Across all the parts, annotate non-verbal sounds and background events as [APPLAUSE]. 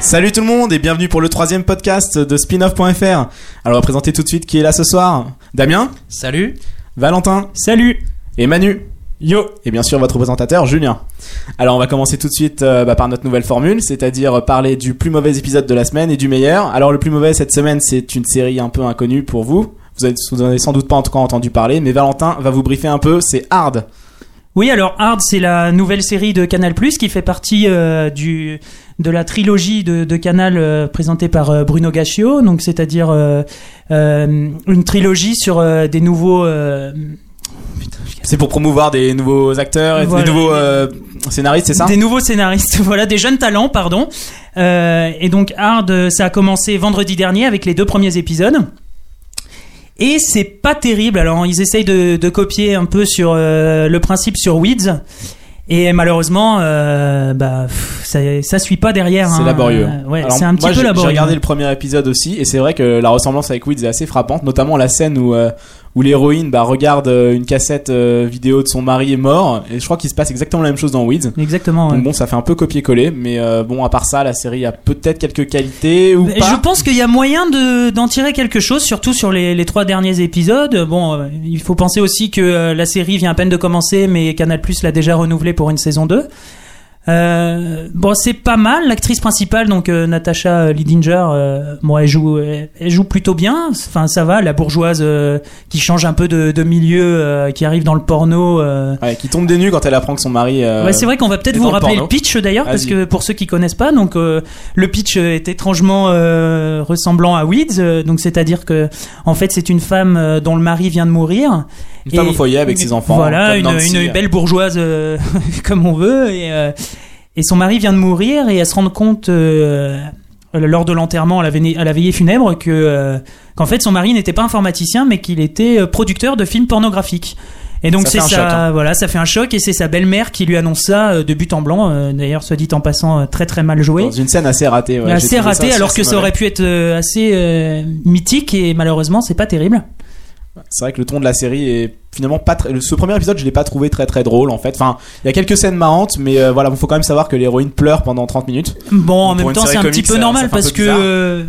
Salut tout le monde et bienvenue pour le troisième podcast de spinoff.fr. Alors on va présenter tout de suite qui est là ce soir. Damien, Salut. Valentin Salut. et Manu. Yo Et bien sûr votre présentateur Julien. Alors on va commencer tout de suite euh, bah, par notre nouvelle formule, c'est-à-dire euh, parler du plus mauvais épisode de la semaine et du meilleur. Alors le plus mauvais cette semaine c'est une série un peu inconnue pour vous. Vous avez- vous en avez sans doute pas en tout cas entendu parler, mais Valentin va vous briefer un peu, c'est Hard. Oui, alors Hard, c'est la nouvelle série de Canal Plus qui fait partie euh, du de la trilogie de, de Canal euh, présentée par euh, Bruno Gaccio, donc c'est-à-dire euh, euh, une trilogie sur euh, des nouveaux euh, C'est pour promouvoir des nouveaux acteurs et Voilà. des nouveaux euh, scénaristes, c'est ça des nouveaux scénaristes, [LAUGHS] voilà, des jeunes talents, pardon. Euh, et donc Hard, euh, ça a commencé vendredi dernier avec les deux premiers épisodes. Et c'est pas terrible. Alors ils essayent de, de copier un peu sur euh, le principe sur Weeds. Et malheureusement, euh, bah, pff, ça, ça suit pas derrière. C'est hein. laborieux. Euh, Ouais, Alors, c'est un petit moi, peu j'ai- laborieux. J'ai regardé le premier épisode aussi, et c'est vrai que la ressemblance avec Weeds est assez frappante, notamment la scène où, euh, où l'héroïne bah, regarde euh, une cassette euh, vidéo de son mari est mort, et je crois qu'il se passe exactement la même chose dans Weeds. Exactement. ouais. Donc bon, ça fait un peu copier-coller, mais euh, bon, à part ça, la série a peut-être quelques qualités ou Mais pas. Je pense qu'il y a moyen de- d'en tirer quelque chose, surtout sur les, les trois derniers épisodes. Bon, euh, il faut penser aussi que euh, la série vient à peine de commencer, mais Canal Plus l'a déjà renouvelée pour une saison 2. Euh, bon, c'est pas mal. L'actrice principale, donc euh, Natasha Lidinger, euh, bon, elle joue, elle, elle joue plutôt bien. Enfin, ça va. La bourgeoise euh, qui change un peu de, de milieu, euh, qui arrive dans le porno. euh, Ouais, qui tombe des nues quand elle apprend que son mari. euh, Ouais, c'est vrai qu'on va peut-être et vous dans le rappeler le, porno. pitch d'ailleurs, parce Vas-y. que pour ceux qui connaissent pas, donc euh, le pitch est étrangement euh, ressemblant à Weeds, euh, donc c'est-à-dire que en fait c'est une femme euh, dont le mari vient de mourir. Une femme au foyer avec ses enfants, Voilà, comme une, Nancy. une belle bourgeoise euh, [LAUGHS] comme on veut, et, euh, et son mari vient de mourir et elle se rend compte euh, lors de l'enterrement à la, veine- à la veillée funèbre que euh, qu'en fait son mari n'était pas informaticien mais qu'il était euh, producteur de films pornographiques. Et donc Ça c'est fait un ça, choc, hein. voilà, ça fait un choc et c'est sa belle-mère qui lui annonce ça euh, de but en blanc. euh, D'ailleurs, soit dit en passant, euh, très très mal joué, Dans une scène assez ratée. ouais, j'ai assez trouvé ça raté assez alors que ça mauvais. aurait pu être euh, assez euh, mythique et malheureusement c'est pas terrible. C'est vrai que le ton de la série est finalement pas très. Ce premier épisode, je l'ai pas trouvé très très drôle en fait. Enfin, il y a quelques scènes marrantes, mais euh, voilà, faut quand même savoir que l'héroïne pleure pendant 30 minutes. Bon, en Pour même une temps, série c'est un comique, petit peu ça- normal ça fait un parce peu que bizarre. euh,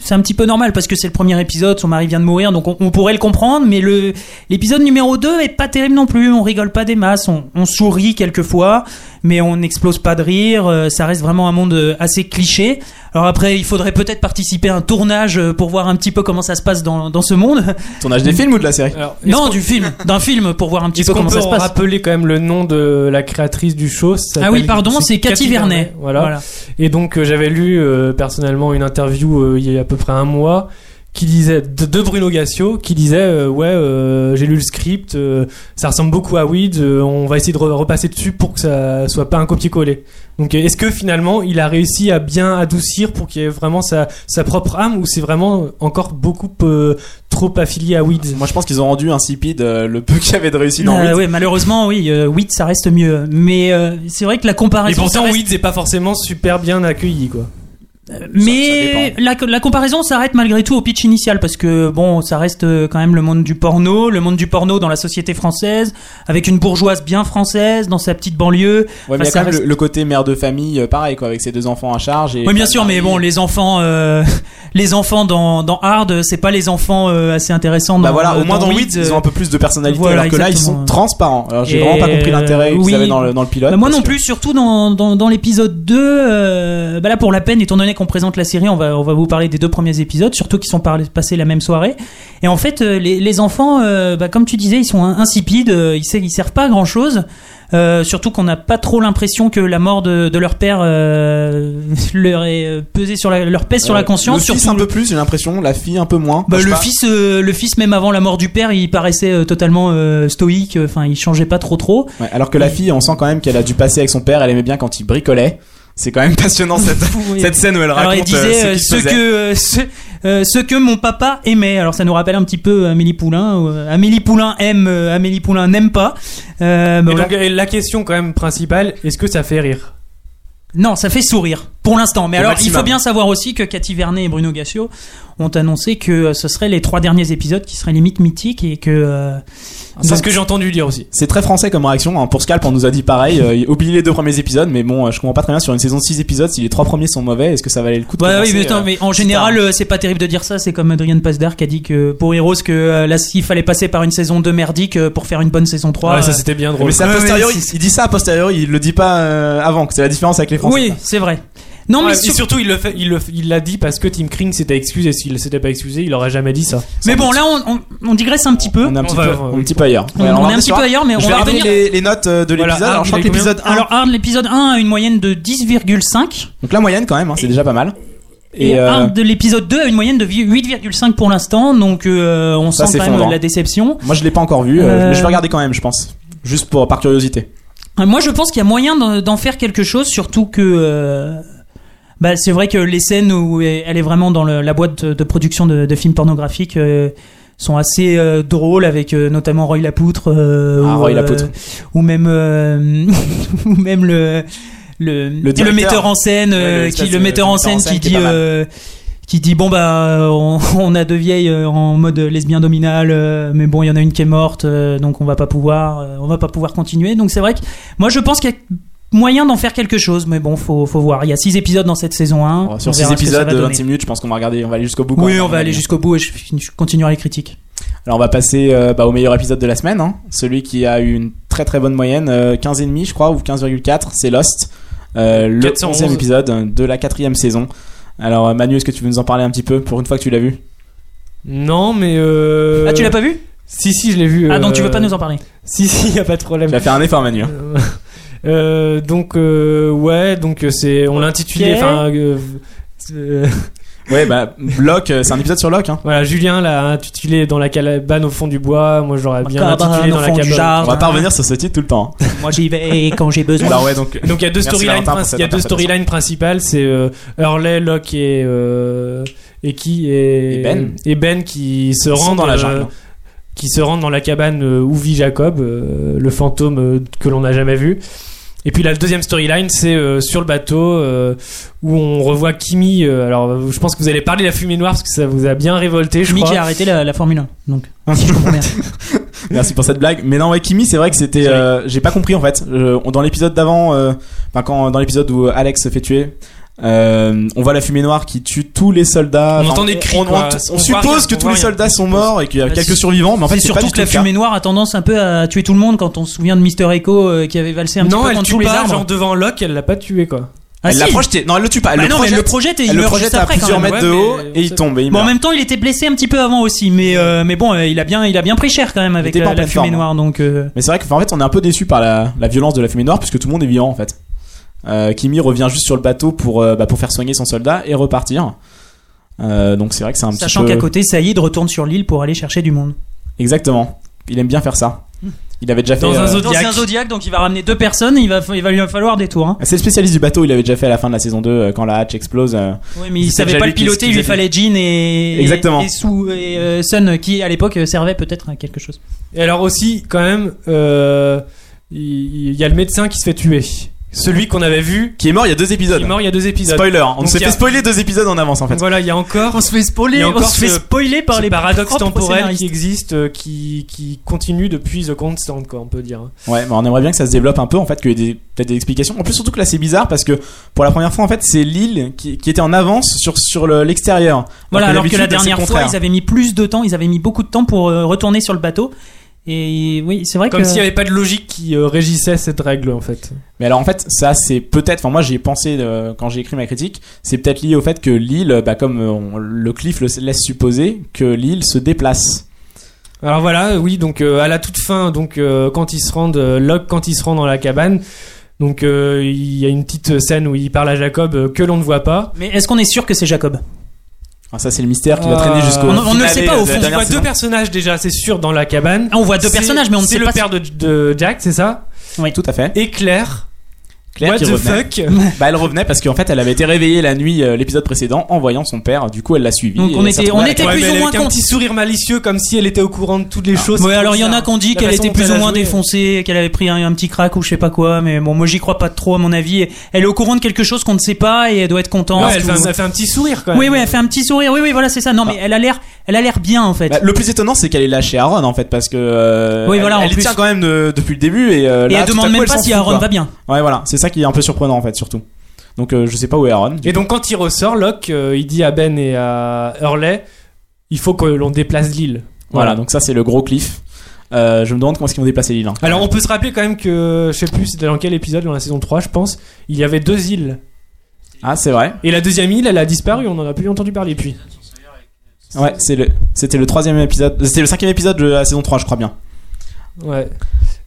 c'est un petit peu normal parce que c'est le premier épisode, son mari vient de mourir, donc on, on pourrait le comprendre. Mais le l'épisode numéro 2 est pas terrible non plus. On rigole pas des masses, on, on sourit quelquefois, mais on n'explose pas de rire. euh, ça reste vraiment un monde euh, assez cliché. Alors après, il faudrait peut-être participer à un tournage euh, pour voir un petit peu comment ça se passe dans, dans ce monde. Tournage Mm. des films ou de la série Alors, est-ce Non, qu'on- du [LAUGHS] film, d'un film pour voir un petit Est-ce peu qu'on comment peut ça se passe. rappeler quand même le nom de la créatrice du show ça Ah oui, s'appelle- pardon, c'est Cathy Vernet. Voilà. Et donc euh, j'avais lu euh, personnellement une interview euh, il y a à peu près un mois qui disait de, de Bruno Gassio qui disait euh, ouais euh, j'ai lu le script euh, ça ressemble beaucoup à Weed euh, on va essayer de re- repasser dessus pour que ça soit pas un copier-coller. Donc euh, est-ce que finalement il a réussi à bien adoucir pour qu'il y ait vraiment sa, sa propre âme ou c'est vraiment encore beaucoup euh, trop affilié à Weed Moi, je pense qu'ils ont rendu insipide euh, le peu qu'il y avait de réussi dans Euh, Weeds. ouais, malheureusement, oui, euh, Wheat, ça reste mieux. Mais euh, c'est vrai que la Et comparaison. ça pourtant, reste- Weeds est pas forcément super bien accueilli, quoi. Mais la, la comparaison s'arrête malgré tout au pitch initial parce que bon, ça reste euh, quand même le monde du porno, le monde du porno dans la société française, avec une bourgeoise bien française dans sa petite banlieue. Ouais, mais il y a ça quand même reste- le, le côté mère de famille, euh, pareil quoi, avec ses deux enfants à charge. Et Oui, bien sûr, mais bon, les enfants, euh, [LAUGHS] les enfants dans, dans Hard, c'est pas les enfants euh, assez intéressants. Dans, Bah voilà, au euh, moins dans Weeds, Weeds, ils ont un peu plus de personnalité, voilà, alors que là, ils exactement. sont transparents. Alors, j'ai Et vraiment pas compris l'intérêt oui. qu'ils avaient dans le, dans le pilote. Bah, moi parce non que- plus, surtout dans, dans, dans l'épisode 2, euh, bah là pour la peine, étant donné qu'on présente la série, on va, on va vous parler des deux premiers épisodes, surtout qui sont par- passés la même soirée. Et en fait, euh, les, les enfants, euh, bah, comme tu disais, ils sont in- insipides, euh, ils, se- ils servent pas à grand chose. surtout qu'on n'a pas trop l'impression que la mort de, de leur père euh, [LAUGHS] leur est euh, pesée sur la, leur pèse sur la Euh, conscience. Le fils surtout un peu plus, j'ai l'impression, la fille un peu moins. bah, Je sais le pas. fils, euh, le fils même avant la mort du père, il paraissait euh, totalement euh, stoïque. Enfin, il changeait pas trop trop. Ouais, alors que la fille, on sent quand même qu'elle a dû passer avec son père, elle aimait bien quand il bricolait. C'est quand même [LAUGHS] passionnant [LAUGHS] cette, Oui. cette scène où elle Alors il raconte euh, disait euh, ce ce qu'il faisait. que euh, ce, euh, ce que mon papa aimait. Alors ça nous rappelle un petit peu Amélie Poulain. euh, Amélie Poulain aime, euh, Amélie Poulain n'aime pas. Euh, bah Et voilà. donc, euh, la question quand même principale, est-ce que ça fait rire Non, ça fait sourire. Pour l'instant, mais Au alors il maximum. faut bien savoir aussi que Cathy Vernet et Bruno Gassio ont annoncé que euh, ce seraient les trois derniers épisodes qui seraient limite mythiques et que euh, C'est ce que j'ai entendu dire aussi. C'est très français comme réaction. hein. Pour Scalp, on nous a dit pareil. euh, oubliez les deux premiers épisodes, mais bon, euh, je comprends pas très bien sur une saison de 6 épisodes. Si les trois premiers sont mauvais, est-ce que ça valait le coup de Ouais, oui, commencer, mais, attends, euh, mais en général, euh, c'est pas terrible de dire ça. C'est comme Adrien Pasdar qui a dit que pour Heroes, que euh, là, s'il fallait passer par une saison 2 merdique euh, pour faire une bonne saison 3. Ouais, ça euh, c'était bien drôle. Mais c'est a Ouais, posteriori. ouais, c'est- il dit ça a posteriori. Il le dit pas euh, avant. que C'est la différence avec les Français. oui, c'est vrai. Non, Ouais, mais et sur- surtout, il le fait, il le fait- il l'a dit parce que Tim Kring s'était excusé. S'il s'était pas excusé, il aurait jamais dit ça. mais bon, là, on, euh, on- on digresse un petit peu. On est un petit va- peu, on va- on est un petit peu ailleurs. On- Ouais, alors, on est va un petit peu sur- ailleurs, mais on Je vais va rappeler revenir. les, les notes euh, de Voilà, l'épisode. Arne, alors, je il crois a que l'épisode 1. Alors, Arne, l'épisode 1 a une moyenne de 10,5 Donc la moyenne quand même, hein, c'est déjà pas mal. et, Et, euh, Arne de l'épisode 2 a une moyenne de 8,5 pour l'instant. Donc, euh, on Ça, sent c'est quand même fondant. la déception. moi je l'ai pas encore vu. euh, Euh, mais je vais regarder quand même, je pense. Juste pour par curiosité. Euh, Moi, je pense qu'il y a moyen d'en d'en faire quelque chose, surtout que. euh, bah, c'est vrai que les scènes où elle est vraiment dans le- la boîte de production de, de films pornographiques euh, sont assez euh, drôles, avec euh, notamment Roy Lapoutre. euh, Ah, ou, Roy euh, Lapoutre. ou même. euh, [LAUGHS] ou même le. Le, directeur. metteur en scène, euh, Ouais, le- qui, le le metteur metteur en en scène scène qui qui est dit. pas mal. euh, qui dit bon bah on, [LAUGHS] on a deux vieilles euh, en mode lesbien dominal euh, mais bon il y en a une qui est morte euh, donc on va pas pouvoir euh, on va pas pouvoir continuer donc c'est vrai que moi je pense qu'il y a moyen d'en faire quelque chose mais bon faut faut voir il y a six épisodes dans cette saison 1 Alors, Oh, sur 6 épisodes de 26 minutes, je pense qu'on va regarder, on va aller jusqu'au bout. quand oui même, on à va mon aller avis. jusqu'au bout et je, fin- je continuerai les critiques Alors on va passer euh, bah, au meilleur épisode de la semaine, hein. celui qui a eu une très très bonne moyenne, euh, 15,5 je crois, ou 15,4, c'est Lost, euh, le 411. 11e épisode de la quatrième saison. Alors euh, Manu, est-ce que tu veux nous en parler un petit peu pour une fois que tu l'as vu Non, mais. Euh... ah tu l'as pas vu Si, si, je l'ai vu. ah donc euh, tu veux pas nous en parler Si, si, y a pas de problème. Tu as fait un effort Manu. hein. Euh, [LAUGHS] euh, donc euh, ouais, donc euh, c'est on l'a intitulé. Ok. Enfin euh, euh, Ouais, bah Locke, euh, c'est un épisode sur Locke. Hein. voilà, Julien l'a intitulé dans la cabane au fond du bois. Moi j'aurais bien Cabane intitulé dans au la fond du cabane. On jardin. va pas revenir sur ce titre tout le temps. [LAUGHS] hein. moi j'y vais Eh, quand j'ai besoin Alors ouais, donc... Donc il y a deux Merci, storylines Valentin, pour princi- cette il y a deux interprétation. storylines principales, c'est euh, Hurley, Locke et euh, et qui et, Et Ben. qui se Ils sont rendent dans la euh, jungle. qui se rendent dans la cabane euh, où vit Jacob, euh, le fantôme euh, que l'on n'a jamais vu. Et puis la deuxième storyline, c'est euh, sur le bateau euh, où on revoit Kimi. euh, alors euh, je pense que vous allez parler de la fumée noire parce que ça vous a bien révolté, je Jimmy qui crois. a arrêté la, la Formule 1 donc Ah, si je comprends bien Merci pour cette blague. Mais non, ouais, Kimi, c'est vrai que c'était. euh, J'ai pas compris en fait. Euh, on- dans l'épisode d'avant, euh, enfin quand dans l'épisode où Alex se fait tuer, euh, on voit la fumée noire qui tue tous les soldats. On Enfin, entend des cris, On, quoi. on- on On voit rien, suppose que on tous voit les rien. soldats sont morts et qu'il y a Bah, quelques c'est- survivants, mais en fait c'est c'est pas surtout du que la tout le cas. fumée noire a tendance un peu à tuer tout le monde quand on se souvient de Mister Echo euh, qui avait valsé un petit Non, peu elle contre tue tous les pas arbres. genre devant Locke, elle l'a pas tué quoi. Ah, elle si. l'a projetée. Non, elle le tue pas. Elle Bah le non, mais projette. elle le projette et il elle le meurt projette juste à après quand plusieurs même. mètres de Ouais, haut mais et il tombe. Et il Bon, en meurt. même temps, il était blessé un petit peu avant aussi, mais euh, mais bon, euh, il a bien il a bien pris cher quand même avec était pas en la, la pleine fumée forme, noire donc. euh, Mais c'est vrai qu'en fait, on est un peu déçu par la, la violence de la fumée noire puisque tout le monde est vivant en fait. Euh, Kimi revient juste sur le bateau pour, euh, bah, pour faire soigner son soldat et repartir. Euh, donc c'est vrai que c'est un petit Sachant peu. qu'à côté, Saïd retourne sur l'île pour aller chercher du monde. Exactement. Il aime bien faire ça. Il avait déjà fait. euh, Dans un zoo- Dans Zodiac. un zodiac, donc il va ramener deux personnes, il va, il va lui falloir des tours. hein. C'est le spécialiste du bateau, il avait déjà fait à la fin de la saison 2 euh, quand la hatch explose. euh. Ouais, mais il C'était savait déjà pas le lui qui- piloter, qui il lui faisait- fallait Jean et Exactement. et, Sue- et, euh, Sun qui à l'époque euh, servait peut-être à quelque chose. Et alors aussi, quand même, euh, il il y, a le médecin qui se fait tuer. Celui qu'on avait vu, Qui est mort il y a deux épisodes. qui est mort il y a deux épisodes. Spoiler, hein. on Donc, s'est il y a- fait spoiler deux épisodes en avance en fait. Donc voilà, il y a encore On se fait Il y spoiler, a on encore se fait ce- spoiler par ce les paradoxe propres temporel scénaristes. qui existe, euh, qui, qui continue depuis The Constant, quoi, on peut dire. hein. Ouais, mais on aimerait bien que ça se développe un peu en fait, qu'il y ait des- peut-être des explications. En plus, surtout que là c'est bizarre parce que pour la première fois en fait, c'est l'île qui, qui était en avance sur, sur le- l'extérieur. Voilà, alors que d'habitude, la c'est le dernière fois, contraire. ils avaient mis plus de temps, ils avaient mis beaucoup de temps pour euh, retourner sur le bateau. Et oui, c'est vrai Comme que. s'il n'y avait pas de logique qui euh, régissait cette règle, en fait. Mais alors en fait, ça c'est peut-être. Enfin moi j'y ai pensé euh, quand j'ai écrit ma critique. C'est peut-être lié au fait que l'île, bah comme euh, on- le cliff le laisse supposer, que l'île se déplace. Alors voilà, euh, oui, donc euh, à la toute fin, donc euh, quand ils se rendent, euh, Locke, quand il se rend dans la cabane, donc euh, il y a une petite scène où il parle à Jacob euh, que l'on ne voit pas. Mais est-ce qu'on est sûr que c'est Jacob Enfin, ça c'est le mystère qui va Ah. traîner jusqu'au. On- Oh. on ne le sait finale pas, au de fond, la On dernière voit deux saison. personnages déjà, c'est sûr, dans la cabane. Ah, On voit deux C'est- personnages, mais on ne c'est sait le pas. père de, de Jack, c'est ça Tout à fait. Et Claire, Claire What qui the revenait. fuck Bah, elle revenait parce qu'en fait, elle avait été réveillée la nuit, euh, l'épisode précédent, en voyant son père. Du coup, elle l'a suivi. Donc, et on elle était- s'est retrouvée on avec était elle. Ouais, plus mais ou elle moins avec un con- petit sourire malicieux comme si elle était au courant de toutes Ah. les choses. Ouais, alors il y en a qui ont dit La qu'elle façon était dont plus elle ou a moins joué. défoncée, qu'elle avait pris un, un petit crack ou je sais pas quoi, mais bon, moi j'y crois pas trop à mon avis. Et Elle est au courant de quelque chose qu'on ne sait pas et elle doit être contente. Ouais, elle fait, ou- un- Ah. elle fait un petit sourire quand même. Oui, oui, elle fait un petit sourire. Oui, oui, voilà, c'est ça. Non, mais elle a l'air, elle a l'air bien en fait. Bah, le plus étonnant, c'est qu'elle est là chez Aaron en fait, parce que euh, Oui, elle- voilà, en elle, y plus. tient quand même de- depuis le début et, euh, et là, elle tout à demande coup, même elle pas s'en si fout, Aaron quoi. va bien. Ouais, voilà, c'est ça qui est un peu surprenant en fait, surtout. Donc euh, je sais pas où est Aaron. Et donc quand il ressort, Locke, euh, il dit à Ben et à Hurley, il faut que l'on déplace l'île. Voilà, donc ça c'est le gros cliff. Euh, je me demande comment est-ce qu'ils vont déplacer l'île. hein. Alors on peut se rappeler quand même que, je sais plus, c'était dans quel épisode, dans la saison 3 je pense, il y avait deux îles. Ah, c'est vrai. Et la deuxième île, elle a disparu, on en a plus entendu parler depuis. Ouais, c'est le, c'était le troisième épisode, c'était le cinquième épisode de la saison 3 je crois bien. Ouais.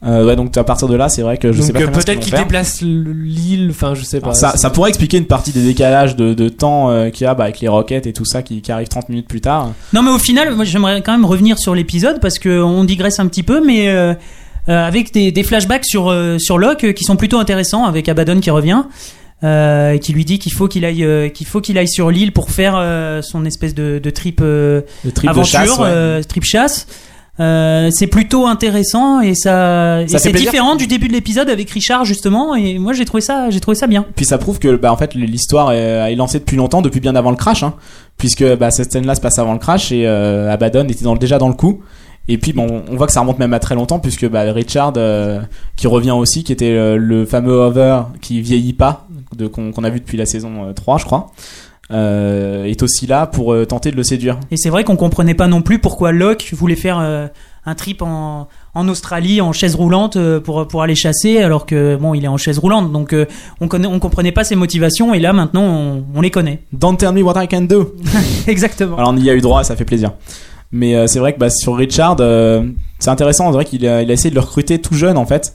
Euh, ouais, donc à partir de là, c'est vrai que je sais Donc pas. euh, très bien ce peut-être qu'ils qu'il vont faire. déplace l- l'île, enfin je sais pas. Alors, ça, ça pourrait expliquer une partie des décalages de, de temps euh, qu'il y a bah, avec les roquettes et tout ça qui, qui arrive 30 minutes plus tard. Non, mais au final, moi j'aimerais quand même revenir sur l'épisode parce que on digresse un petit peu, mais euh, euh, avec des, des flashbacks sur euh, sur Locke euh, qui sont plutôt intéressants, avec Abaddon qui revient. Euh, et qui lui dit qu'il faut qu'il aille euh, qu'il faut qu'il aille sur l'île pour faire euh, son espèce de, de trip euh, Le trip de aventure, chasse, ouais. euh, trip chasse. Euh, c'est plutôt intéressant et ça, et fait c'est plaisir. différent du début de l'épisode avec Richard justement et moi j'ai trouvé ça j'ai trouvé ça bien. Puis ça prouve que bah, en fait l'histoire est, est lancée depuis longtemps, depuis bien avant le crash, hein, puisque bah, cette scène-là se passe avant le crash et euh, Abaddon était dans, le- déjà dans le coup. Et puis bon, on voit que ça remonte même à très longtemps puisque bah, Richard euh, qui revient aussi, qui était euh, le fameux hover qui vieillit pas, de, qu'on, qu'on a vu depuis la saison euh, 3 je crois, euh, est aussi là pour euh, tenter de le séduire. Et c'est vrai qu'on comprenait pas non plus pourquoi Locke voulait faire euh, un trip en, en Australie en chaise roulante euh, pour pour aller chasser alors que bon il est en chaise roulante donc euh, on connaît on comprenait pas ses motivations et là maintenant on, on les connaît. [LAUGHS] Don't tell me what I can do. Exactement. Alors on y a eu droit, ça fait plaisir. Mais euh, c'est vrai que bah, sur Richard, euh, c'est intéressant, on dirait qu'il a, il a essayé de le recruter tout jeune en fait.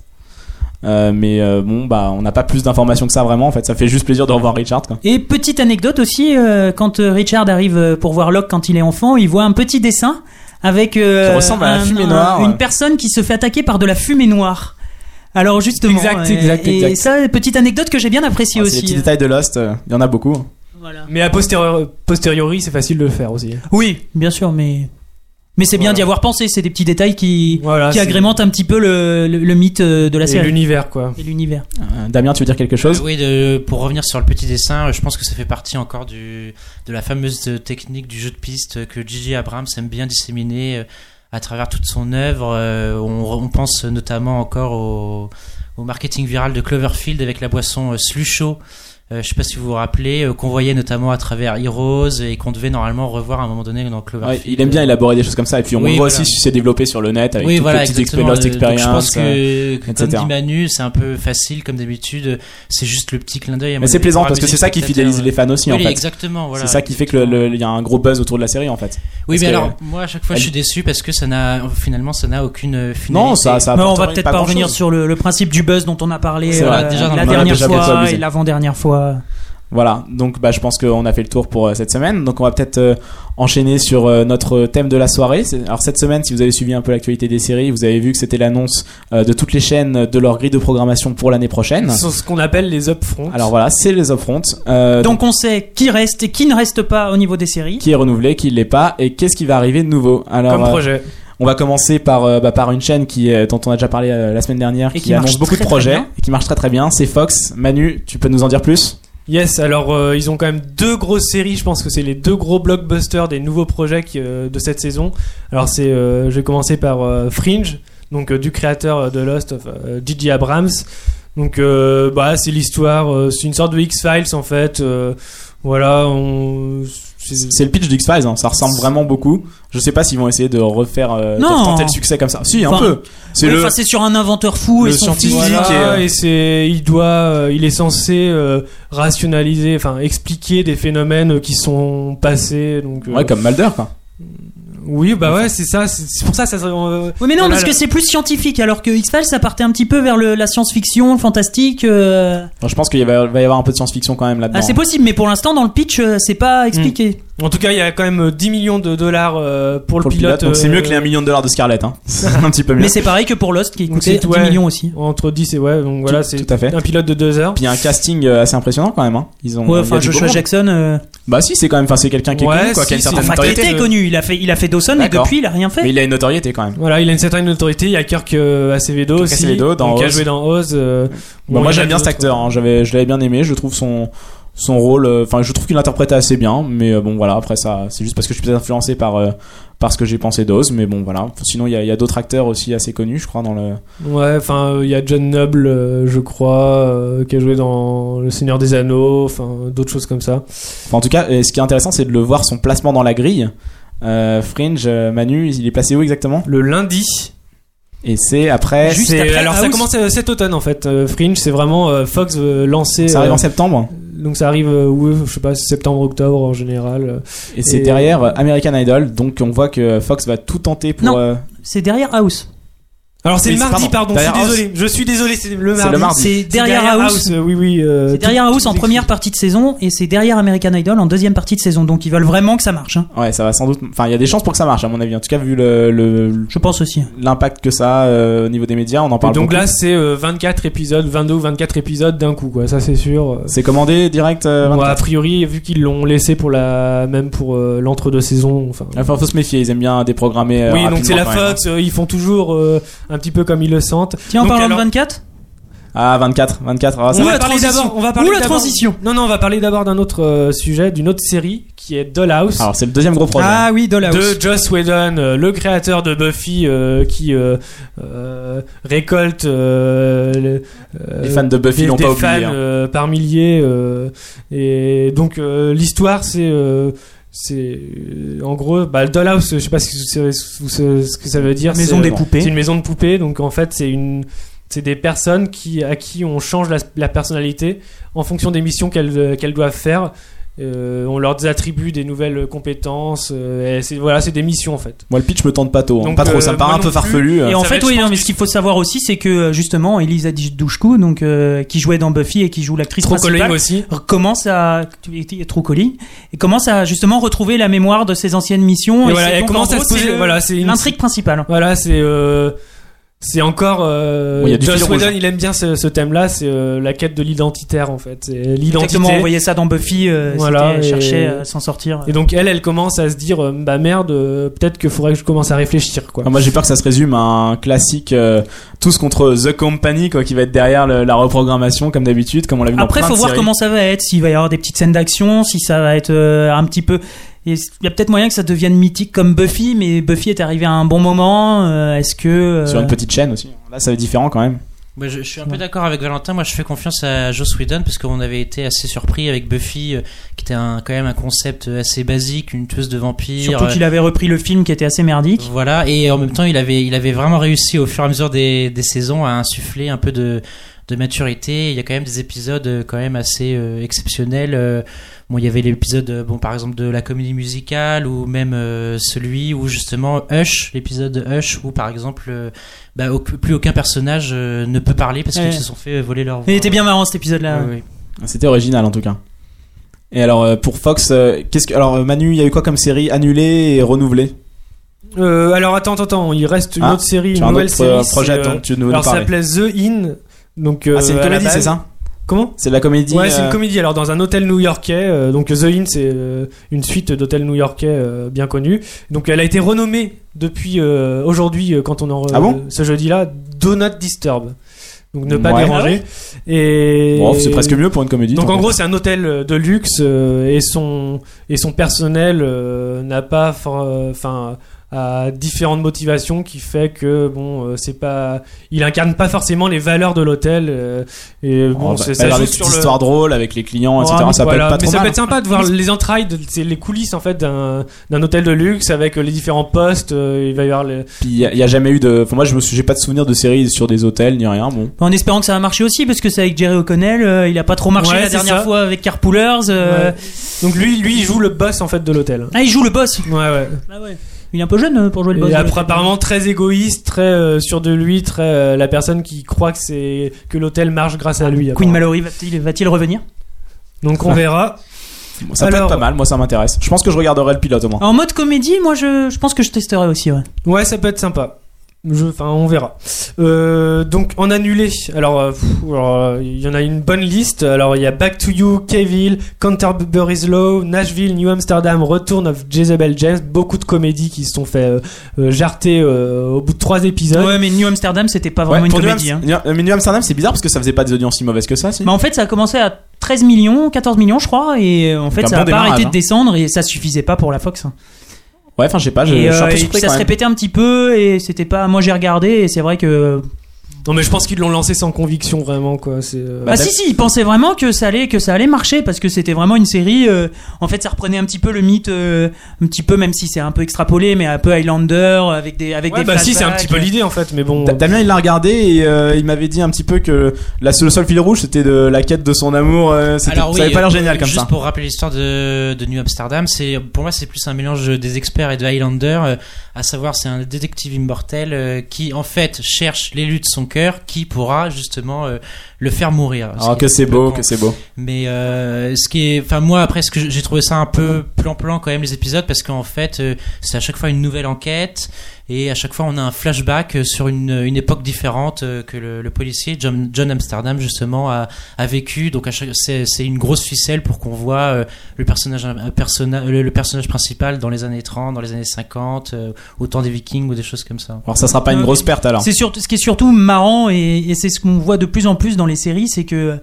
Euh, mais euh, bon, bah, on n'a pas plus d'informations que ça vraiment en fait. Ça fait juste plaisir de revoir Richard. Quoi. Et petite anecdote aussi, euh, quand euh, Richard arrive euh, pour voir Locke quand il est enfant, il voit un petit dessin avec euh, Qui ressemble à la fumée noire. une personne qui se fait attaquer par de la fumée noire. Alors justement, Exact, euh, exact, et exact. ça, petite anecdote que j'ai bien appréciée Ah, c'est les aussi. petits détails de Lost, euh, il y en a beaucoup. Voilà. Mais a posteriori, posteriori, c'est facile de le faire aussi. Oui, bien sûr, mais mais c'est bien Voilà. d'y avoir pensé. C'est des petits détails qui Ah, Voilà. qui c'est- agrémentent un petit peu le, le- le mythe euh, de la c'est série l'univers quoi. et l'univers. Euh, Damien, tu veux dire quelque chose Euh, oui, de- pour revenir sur le petit dessin, euh, je pense que ça fait partie encore du, de la fameuse euh, technique du jeu de piste euh, que Gigi Abrams aime bien disséminer euh, à travers toute son œuvre. Euh, On, re- on pense notamment encore au, au marketing viral de Cloverfield avec la boisson euh, Slusho. Euh, je sais pas si vous vous rappelez, euh, qu'on voyait notamment à travers Heroes et qu'on devait normalement revoir à un moment donné dans Ouais, Cloverfield. Il aime bien élaborer des choses comme ça. Et puis on Oui, voit voilà. aussi si c'est développé sur le net avec oui, toutes voilà, les petites expé- exactement. Lost Euh, donc Experience. je pense euh. que, que comme etc. dit Manu, c'est un peu facile, comme d'habitude. C'est juste le petit clin d'œil. à mon Mais c'est avis, plaisant pour parce que amuser c'est ça qui spectateur. fidélise les fans aussi en Oui, fait. exactement. Voilà, c'est ça qui fait que le- le- il y a un gros buzz autour de la série en fait. Oui, parce mais que- alors, moi, à chaque fois, je Elle- suis déçu parce que ça n'a, finalement, ça n'a aucune euh, finalité. Non, ça, ça Mais on apporte va peut-être pas, grand-chose. revenir sur le, le principe du buzz dont on a parlé C'est euh, vrai, déjà, on en la a dernière déjà beaucoup fois abusé. et l'avant-dernière fois. Voilà, donc bah, je pense qu'on a fait le tour pour euh, cette semaine. Donc on va peut-être euh, enchaîner sur euh, notre thème de la soirée. C'est- Alors cette semaine, si vous avez suivi un peu l'actualité des séries, vous avez vu que c'était l'annonce euh, de toutes les chaînes de leur grille de programmation pour l'année prochaine. Ce sont ce qu'on appelle les upfronts. Alors voilà, c'est les upfronts. Euh, donc Donc on sait qui reste et qui ne reste pas au niveau des séries. qui est renouvelé, qui l'est pas, et qu'est-ce qui va arriver de nouveau. Alors comme euh, projet. on va commencer par, euh, bah, par une chaîne qui, euh, dont on a déjà parlé euh, la semaine dernière, Et qui marche annonce beaucoup de très, très projets, bien. et qui marche très très bien. C'est Fox. Manu, tu peux nous en dire plus Yes, alors euh, ils ont quand même deux grosses séries, je pense que c'est les deux gros blockbusters des nouveaux projets qui, euh, de cette saison. Alors c'est, euh, je vais commencer par euh, Fringe, donc euh, du créateur euh, de Lost, euh, Gigi Abrams. Donc euh, bah c'est l'histoire, euh, c'est une sorte de X-Files en fait. euh, voilà, on... c'est- C'est le pitch d'X Files, ça ressemble vraiment beaucoup. Je sais pas s'ils vont essayer de refaire, euh, Non. de tenter le succès comme ça. Si, un Enfin, peu. C'est Oui, le. enfin, c'est sur un inventeur fou le et son scientifique. euh, fils. Voilà. Voilà, et c'est il doit euh, il est censé euh, rationaliser enfin expliquer des phénomènes euh, qui sont passés donc euh, Ouais, comme Mulder, quoi. oui bah ouais c'est ça c'est c'est pour ça ça euh, Oui, mais non, Voilà, parce que là. c'est plus scientifique, alors que X-Files, ça partait un petit peu vers le- la science-fiction, le fantastique. euh. Ah, Alors, je pense qu'il va, va y avoir un peu de science-fiction quand même là-dedans. hein, Ah, c'est possible, mais pour l'instant, dans le pitch, euh, c'est pas expliqué. En tout cas, il y a quand même 10 millions de dollars euh, pour, Pour le pilote. donc c'est euh, mieux que les 1 million de dollars de Scarlett. [LAUGHS] Hein. [LAUGHS] C'est un petit peu mieux. Mais c'est pareil que pour Lost qui donc coûtait c'est- 10 ouais, millions aussi. Entre 10 et ouais, donc voilà, c'est tout [LAUGHS] à fait. un pilote de 2 heures. Puis il y a un casting euh, assez impressionnant quand même. Hein. Ils ont. il y Ouais, a enfin, du beau Joshua monde. Jackson, euh, Bah si, c'est quand même. Enfin, c'est quelqu'un qui est Ouais, connu, quoi, qui a une si, certaine c'est- enfin, qui notoriété. euh. était connu. Il a fait, il a fait Dawson et D'accord. depuis, il a rien fait. Mais il a une notoriété quand même. Voilà, il a une certaine autorité. Il y a Kirk euh, Acevedo Kirk aussi. Acevedo dans donc, qui a Oz. joué dans Oz. euh, Bah, bon, moi il y en j'aime a bien cet d'autres. acteur, hein. j'avais, je l'avais bien aimé, je trouve son, son rôle, euh, enfin je trouve qu'il l'interprétait assez bien, mais euh, bon voilà, après ça, c'est juste parce que je suis peut-être influencé par, euh, par ce que j'ai pensé d'Oz, mais bon voilà, sinon il y a, il y a d'autres acteurs aussi assez connus je crois dans le... Ouais, enfin, euh, il y a John Noble, euh, je crois, euh, qui a joué dans Le Seigneur des Anneaux, enfin, d'autres choses comme ça. Enfin en tout cas, euh, ce qui est intéressant c'est de le voir son placement dans la grille. Euh, Fringe, euh, Manu, il est placé où exactement Le lundi, Et c'est après... Juste Eh, c'est- après alors ça House. commence euh, cet automne en fait. euh, Fringe, c'est vraiment euh, Fox euh, lancé. Ça arrive euh, en septembre donc ça arrive, euh, ouais, je sais pas, septembre, octobre en général. euh. et c'est et- derrière euh, American Idol, donc on voit que Fox va tout tenter pour. Non. euh, C'est derrière House. Alors c'est Oui, le c'est- mardi, pardon, pardon, je suis derrière House. désolé, je suis désolé, c'est le C'est mardi. le mardi. C'est C'est derrière, House. euh, oui, oui. euh, C'est tout- derrière House tout en est- première partie de saison et c'est derrière American Idol en deuxième partie de saison. Donc ils veulent vraiment que ça marche. hein. Ouais, ça va sans doute. Enfin, il y a des chances pour que ça marche, à mon avis. En tout cas, vu le- le, Je pense aussi. l'impact que ça a euh, au niveau des médias, on en Et parle donc beaucoup. là, c'est euh, 24 épisodes, 22 ou 24 épisodes d'un coup, quoi. Ça, c'est sûr. euh, c'est commandé direct euh, Bon, a 24. priori, vu qu'ils l'ont laissé pour la même pour euh, l'entre-deux saisons. Enfin. Enfin, faut se méfier, ils aiment bien déprogrammer. euh, oui, donc rapidement c'est la quand même. Fox. euh, ils font toujours euh, un petit peu comme ils le sentent. Tiens, en Donc, parlant alors- de 24, Ah, 24, 24. ah, ça on va. va la parler transition. d'abord. On va parler Ou la d'abord- transition. Non, non, on va parler d'abord d'un autre euh, sujet, d'une autre série qui est Dollhouse. Alors, c'est le deuxième gros projet. ah oui, Dollhouse. de Joss Whedon, euh, le créateur de Buffy, euh, qui euh, euh, récolte euh, le- euh, Les fans de Buffy des- l'ont des pas oublié, fans, hein. euh, par milliers. euh, et donc euh, l'histoire, c'est euh, c'est euh, en gros, bah, le dollhouse. Je sais pas si vous savez ce ce- ce que ça veut dire. Maison c'est, des euh, poupées. C'est une maison de poupées. Donc en fait, c'est une c'est des personnes qui, à qui on change la, la personnalité en fonction des missions qu'elles euh, qu'elles doivent faire. Euh, on leur attribue des nouvelles compétences. euh, et c'est voilà, c'est des missions en fait. Moi, le pitch me tente pas tôt. hein. Donc, pas trop, euh, ça me paraît un moi peu non plus. farfelu. euh. Et en Ça va fait, être, oui, je non, pense, mais du- ce qu'il faut savoir aussi, c'est que euh, justement, Elisa Dushku, donc euh, qui jouait dans Buffy et qui joue l'actrice Trocoling principale, aussi. commence à True Calling, et commence à justement retrouver la mémoire de ses anciennes missions. Et Et voilà, c'est elle donc, commence en à gros, se poser. c'est le- Voilà, c'est une- L'intrigue principale. Voilà, c'est euh, c'est encore euh, Oui, il y a du Joss fil rouge. Whedon, il aime bien ce, ce thème-là, c'est euh, la quête de l'identitaire en fait, c'est l'identité. Exactement, on voyait ça dans Buffy, euh, c'était- Voilà, elle et- cherchait à s'en sortir. Et donc elle, elle commence à se dire euh, bah merde, euh, peut-être que faudrait que je commence à réfléchir quoi. Ah, moi, j'ai peur que ça se résume à un classique euh, tous contre The Company, quoi, qui va être derrière le- la reprogrammation, comme d'habitude, comme on l'a vu Après, dans plein faut de voir séries. comment ça va être, s'il va y avoir des petites scènes d'action, si ça va être euh, un petit peu. Il y a peut-être moyen que ça devienne mythique comme Buffy, mais Buffy est arrivé à un bon moment. euh, Est-ce que euh, Sur une petite chaîne aussi. Là, ça va être différent quand même. Ouais, je, je suis un peu d'accord avec Valentin. Moi, je fais confiance à Joss Whedon parce qu'on avait été assez surpris avec Buffy, euh, qui était un, quand même un concept assez basique, une tueuse de vampires. euh, surtout qu'il avait repris le film qui était assez merdique. Voilà, et en même temps, il avait, il avait vraiment réussi au fur et à mesure des, des saisons à insuffler un peu de, de maturité. Il y a quand même des épisodes euh, quand même assez euh, exceptionnels. Euh, Bon, il y avait l'épisode, euh, bon, par exemple, de la comédie musicale ou même euh, celui où justement Hush, l'épisode de Hush, où par exemple, euh, bah, au- plus aucun personnage euh, ne peut parler parce Ouais. qu'ils se sont fait euh, voler leur voix. Mais il était bien marrant cet épisode-là. Ouais, ouais. C'était original en tout cas. Et alors euh, pour Fox, euh, qu'est-ce que alors euh, Manu, il y a eu quoi comme série annulée et renouvelée Euh, alors attends, attends, attends, il reste une Ah, autre série, Tu une as un nouvelle autre série. euh, projet c'est, dont euh, tu nous, nous alors ça parlais. s'appelait The In. Donc euh, Ah, c'est une à la comédie, base- c'est ça Comment C'est de la comédie. Ouais, c'est euh, une comédie. Alors dans un hôtel new-yorkais, euh, donc The Inn, c'est euh, une suite d'hôtels new-yorkais euh, bien connus. Donc elle a été renommée depuis euh, aujourd'hui euh, quand on en Ah bon ce jeudi-là, Do Not Disturb. Donc ne pas Ouais. déranger. Et Bon, c'est presque mieux pour une comédie. Donc tant en pis. gros, c'est un hôtel euh, de luxe euh, et son et son personnel euh, n'a pas euh, enfin a différentes motivations qui fait que bon euh, c'est pas il incarne pas forcément les valeurs de l'hôtel euh, et On bon va- c'est- va y ça avoir joue des bah, sur petites le histoires drôles avec les clients, etc. Ouais, mais ça peut voilà. être pas Mais trop ça peut mal. être sympa de voir les entrailles, de- c'est les coulisses en fait d'un d'un hôtel de luxe avec euh, les différents postes. euh, il va y avoir les. Puis il y, a- il y a jamais eu de. Enfin, moi, je me suis, j'ai pas de souvenir de séries sur des hôtels ni rien. Bon. En espérant que ça va marcher aussi, parce que c'est avec Jerry O'Connell, euh, il a pas trop marché Ouais, la c'est dernière ça. fois avec Carpoolers. euh, Ouais. Donc lui, lui il joue le boss en fait de l'hôtel. Ah, il joue le boss. Ouais ouais. Il est un peu jeune euh, pour jouer le boss. Et de après, l'hôtel. apparemment très égoïste, très euh, sûr de lui, très euh, la personne qui croit que c'est que l'hôtel marche grâce à lui. Queen apparemment. Mallory va-t-il va-t-il revenir Donc on verra. Ça peut Alors- être pas mal, moi ça m'intéresse. Je pense que je regarderai le pilote au moins. En mode comédie, moi je, je pense que je testerai aussi. Ouais. Ouais, ça peut être sympa. Je, enfin, on verra. Euh, donc, en annulé, alors, euh, pff, alors, euh, il y en a une bonne liste. Alors, il y a Back to You, Cavill, Canterbury's Law, Nashville, New Amsterdam, Return of Jezebel James. Beaucoup de comédies qui se sont fait euh, euh, jarter euh, au bout de trois épisodes. Ouais, mais New Amsterdam, c'était pas vraiment Ouais, une pour New comédie. hein. Am- New- mais New Amsterdam, c'est bizarre parce que ça faisait pas des audiences si mauvaises que ça. Si. Mais en fait, ça a commencé à 13 millions, 14 millions, je crois, et euh, en fait, un ça bon a pas démarrage, arrêté de hein. descendre et ça suffisait pas pour la Fox. hein. Ouais, enfin, je sais pas, Ah, je, et je suis un euh, peu et surpris puis ça quand se même. répétait un petit peu et c'était pas. Moi j'ai regardé et c'est vrai que. Bah, Non, mais je pense qu'ils l'ont lancé sans conviction, vraiment, quoi. C'est, euh, Bah, si si, ils pensaient vraiment que ça allait que ça allait marcher parce que c'était vraiment une série. euh, en fait, ça reprenait un petit peu le mythe, euh, un petit peu même si c'est un peu extrapolé, mais un peu Highlander avec des avec Ouais, des. bah, si, c'est un flashbacks. petit peu l'idée, en fait, mais bon. Bah, Da- Damien il l'a regardé et euh, il m'avait dit un petit peu que la seule, le seul fil rouge c'était de la quête de son amour. euh, c'était- Alors oui, ça avait pas l'air euh, génial comme juste ça. pour rappeler l'histoire de, de New Amsterdam, c'est pour moi c'est plus un mélange des experts et de Highlander, euh, à savoir c'est un détective immortel euh, qui en fait cherche l'élu de son cœur qui pourra justement euh, le faire mourir. Alors Ce Oh, Ah, que qui est c'est beau, complètement que c'est beau. mais euh, ce qui est, enfin moi après ce que j'ai trouvé ça un peu plan-plan quand même les épisodes parce qu'en fait euh, c'est à chaque fois une nouvelle enquête et à chaque fois on a un flashback euh, sur une, une époque différente euh, que le, le policier John, John Amsterdam justement a, a vécu donc à chaque- c'est c'est une grosse ficelle pour qu'on voit euh, le personnage un personna- le, le personnage principal dans les années 30 dans les années 50 euh, au temps des Vikings ou des choses comme ça. Alors ça sera pas une Ouais, grosse perte [LAUGHS] alors. C'est surtout ce qui est surtout marrant et, et c'est ce qu'on voit de plus en plus dans les séries, c'est que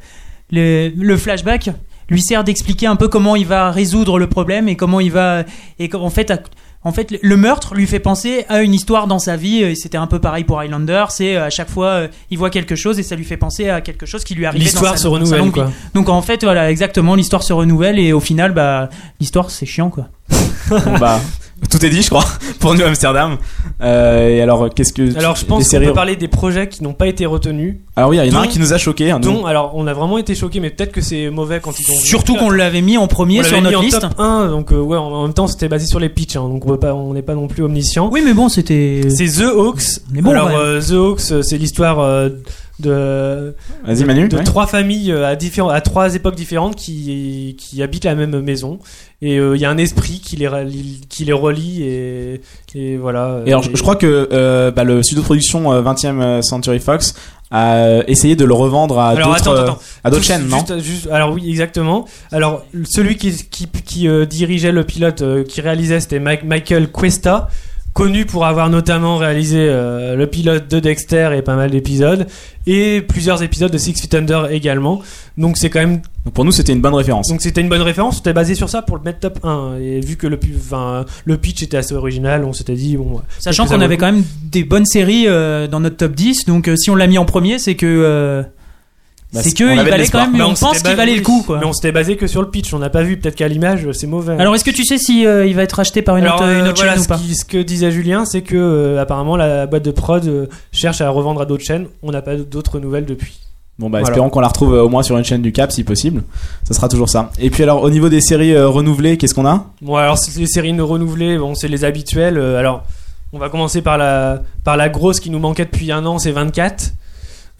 le, le flashback lui sert d'expliquer un peu comment il va résoudre le problème et comment il va et qu'en- en fait à- en fait le- le meurtre lui fait penser à une histoire dans sa vie et c'était un peu pareil pour Highlander, c'est euh, à chaque fois euh, il voit quelque chose et ça lui fait penser à quelque chose qui lui arrive L'histoire se renouvelle, quoi. Donc en fait voilà exactement l'histoire se renouvelle et au final bah l'histoire c'est chiant quoi. Bon, bah, tout est dit, je crois, [LAUGHS] pour nous Amsterdam. Euh, et alors, qu'est-ce que. Alors, je les pense qu'on séries- peut parler des projets qui n'ont pas été retenus. Alors, oui, il y en a un dont- qui nous a choqué. Dont, alors, on a vraiment été choqués, mais peut-être que c'est mauvais quand ils ont. Surtout qu'on l'avait mis en premier On sur l'avait mis notre en liste. top 1, donc euh, ouais, en, en même temps, c'était basé sur les pitchs, hein, donc on peut pas- on n'est pas non plus omniscient. Oui mais bon c'était euh, C'est The Hawks. Mais bon, Alors, ouais. euh, The Hawks, euh, c'est l'histoire euh, de, Vas-y, Manu. de ouais. trois familles euh, à, différents, à trois époques différentes qui, qui habitent la même maison. Et euh, il y a un esprit qui les, ra- qui les relie, et, et voilà. Et alors, je, je crois que euh, bah, le studio de production euh, 20e Century Fox a euh, essayé de le revendre à Alors, d'autres attends, euh, attends. à d'autres Tout- chaînes, non juste- juste- Alors oui, exactement. Alors celui qui, qui, qui, euh, dirigeait le pilote, euh, qui réalisait, c'était Mike- Michael Cuesta, connu pour avoir notamment réalisé euh, le pilote de Dexter et pas mal d'épisodes, et plusieurs épisodes de Six Feet Under également. Donc c'est quand même, Donc, Pour nous, c'était une bonne référence. donc c'était une bonne référence. C'était basé sur ça pour le mettre top 1. Et vu que le, pu- enfin, le pitch était assez original, on s'était dit bon. Sachant Est-ce que qu'on ça avait vaut quand même des bonnes séries euh, dans notre top 10, donc euh, si on l'a mis en premier, c'est que. euh, Bah, c'est c'est- que on il avait de valait l'espoir. quand même. Bah, on on s'était pense qu'il basé- valait le coup, quoi. Mais on s'était basé que sur le pitch. On n'a pas vu. Peut-être qu'à l'image, c'est mauvais. Alors, est-ce que tu sais si euh, il va être acheté par une Alors, autre, euh, une autre voilà, chaîne ou ce pas qui- ce que disait Julien, c'est que euh, apparemment la boîte de prod euh, cherche à revendre à d'autres chaînes. On n'a pas d'autres nouvelles depuis. Bon bah Voilà. espérons qu'on la retrouve euh, au moins sur une chaîne du Cap si possible. Ça sera toujours ça. Et puis alors au niveau des séries euh, renouvelées, qu'est-ce qu'on a Bon, alors c'est les séries non renouvelées, bon, c'est les habituelles. Euh, alors, on va commencer par la par la grosse qui nous manquait depuis un an, c'est 24.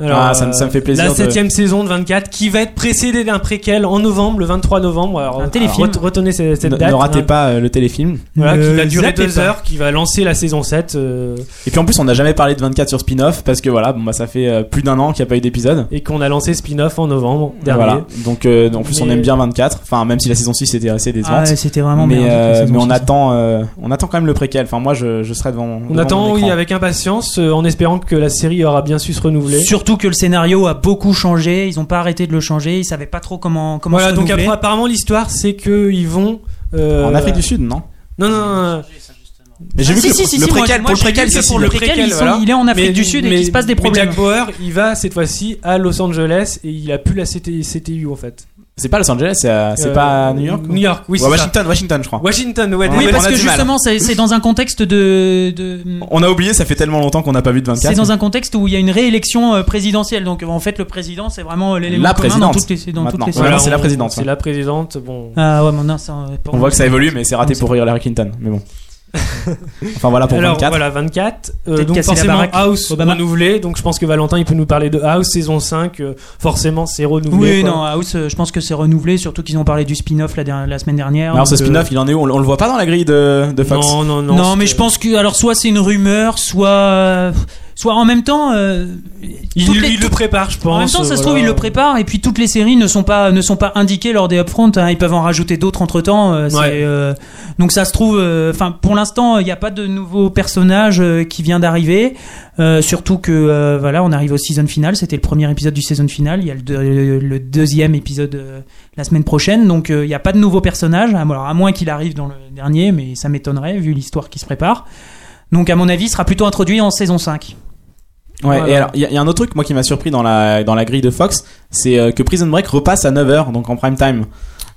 Ah, ça me- ça me fait plaisir La de- septième saison de 24 qui va être précédée d'un préquel en novembre, le 23 novembre. Alors, Un téléfilm. ret- retenez cette, cette Ne- date. Ne ratez hein. pas euh, le téléfilm. Voilà, qui Ne va durer zappez deux pas. heures, qui va lancer la saison 7 euh, Et puis en plus on n'a jamais parlé de 24 sur spin-off parce que voilà bon bah ça fait euh, plus d'un an qu'il n'y a pas eu d'épisode. et qu'on a lancé spin-off en novembre dernier. Voilà. Donc euh, en plus on Mais- aime bien 24. Enfin même si la saison 6 était assez Ah, décevante. ouais, c'était vraiment mais merdique, la euh, saison mais on six. attend euh, on attend quand même le préquel. Enfin moi je, je serai devant. devant On mon attend, oui, écran. avec impatience, euh, en espérant que la série aura bien su se renouveler. Surtout que le scénario a beaucoup changé, ils ont pas arrêté de le changer, ils savaient pas trop comment comment Voilà, se donc renouveler. après, apparemment, l'histoire, c'est que ils vont. euh, En Afrique du Sud non Non, non, non, non. Mais j'ai Ah, vu si, que le- si, si, le si, moi, préquel moi, pour le j'ai préquel vu que c'est pour le signé. préquel, ils sont- voilà. il est en Afrique Mais- du Sud et mais- qu'il se passe des mais problèmes. Jack Bauer, il va cette fois-ci à Los Angeles et il a plus la CT CTU en fait. C'est pas Los Angeles, c'est Ah, à- c'est Euh, pas à New York. ou- New York, oui, Ouais, c'est Washington, Washington je crois. ça. Washington, ouais, Oui, Ah, Oui, désolé. on parce a que du mal. justement, c'est c'est dans un contexte de. de- On a oublié, ça fait tellement longtemps qu'on n'a pas vu de 24. C'est dans un contexte où il y a une réélection euh, présidentielle, donc en fait le président c'est vraiment euh, l'élément La commun dans présidente, toutes les, dans toutes maintenant. les Voilà, séries. c'est la on- présidente, C'est ouais. la présidente, bon. hein. Ah ouais, mais non, ça, euh, pour On moi, voit que ça c'est- évolue, mais c'est raté Non, [LAUGHS] pour Hillary Clinton. Mais bon. Enfin voilà pour Alors 24. voilà 24. Euh, Peut-être donc casser la forcément baraque, House Obama. renouvelé. Donc je pense que Valentin il peut nous parler de House saison 5. euh, forcément c'est renouvelé. Oui, quoi. non, House, euh, je pense que c'est renouvelé, surtout qu'ils ont parlé du spin-off la, der- la semaine dernière. Alors ce donc, euh, spin-off, il en est où on, on le voit pas dans la grille de, de Fox. Non non non. Non, mais je pense que alors soit c'est une rumeur, soit euh, soit en même temps euh, Il, toutes il les- le prépare je pense. euh, en même temps, ça se trouve, voilà. ils le préparent et puis toutes les séries ne sont pas ne sont pas indiquées lors des upfront. hein, ils peuvent en rajouter d'autres entre temps. Ouais. euh, donc ça se trouve, euh, enfin pour l'instant, il n'y a pas de nouveau personnage euh, qui vient d'arriver. Euh, surtout que euh, voilà, on arrive au season final. C'était le premier épisode du season final. Il y a le, deux- euh, le deuxième épisode euh, la semaine prochaine. Donc euh, il n'y a pas de nouveau personnage. Alors, à moins qu'il arrive dans le dernier, mais ça m'étonnerait vu l'histoire qui se prépare. Donc à mon avis, il sera plutôt introduit en saison 5. Ouais, Voilà. et alors, il y, a- il y a un autre truc, moi, qui m'a surpris dans la, dans la grille de Fox, c'est euh, que Prison Break repasse à 9h, donc en prime time.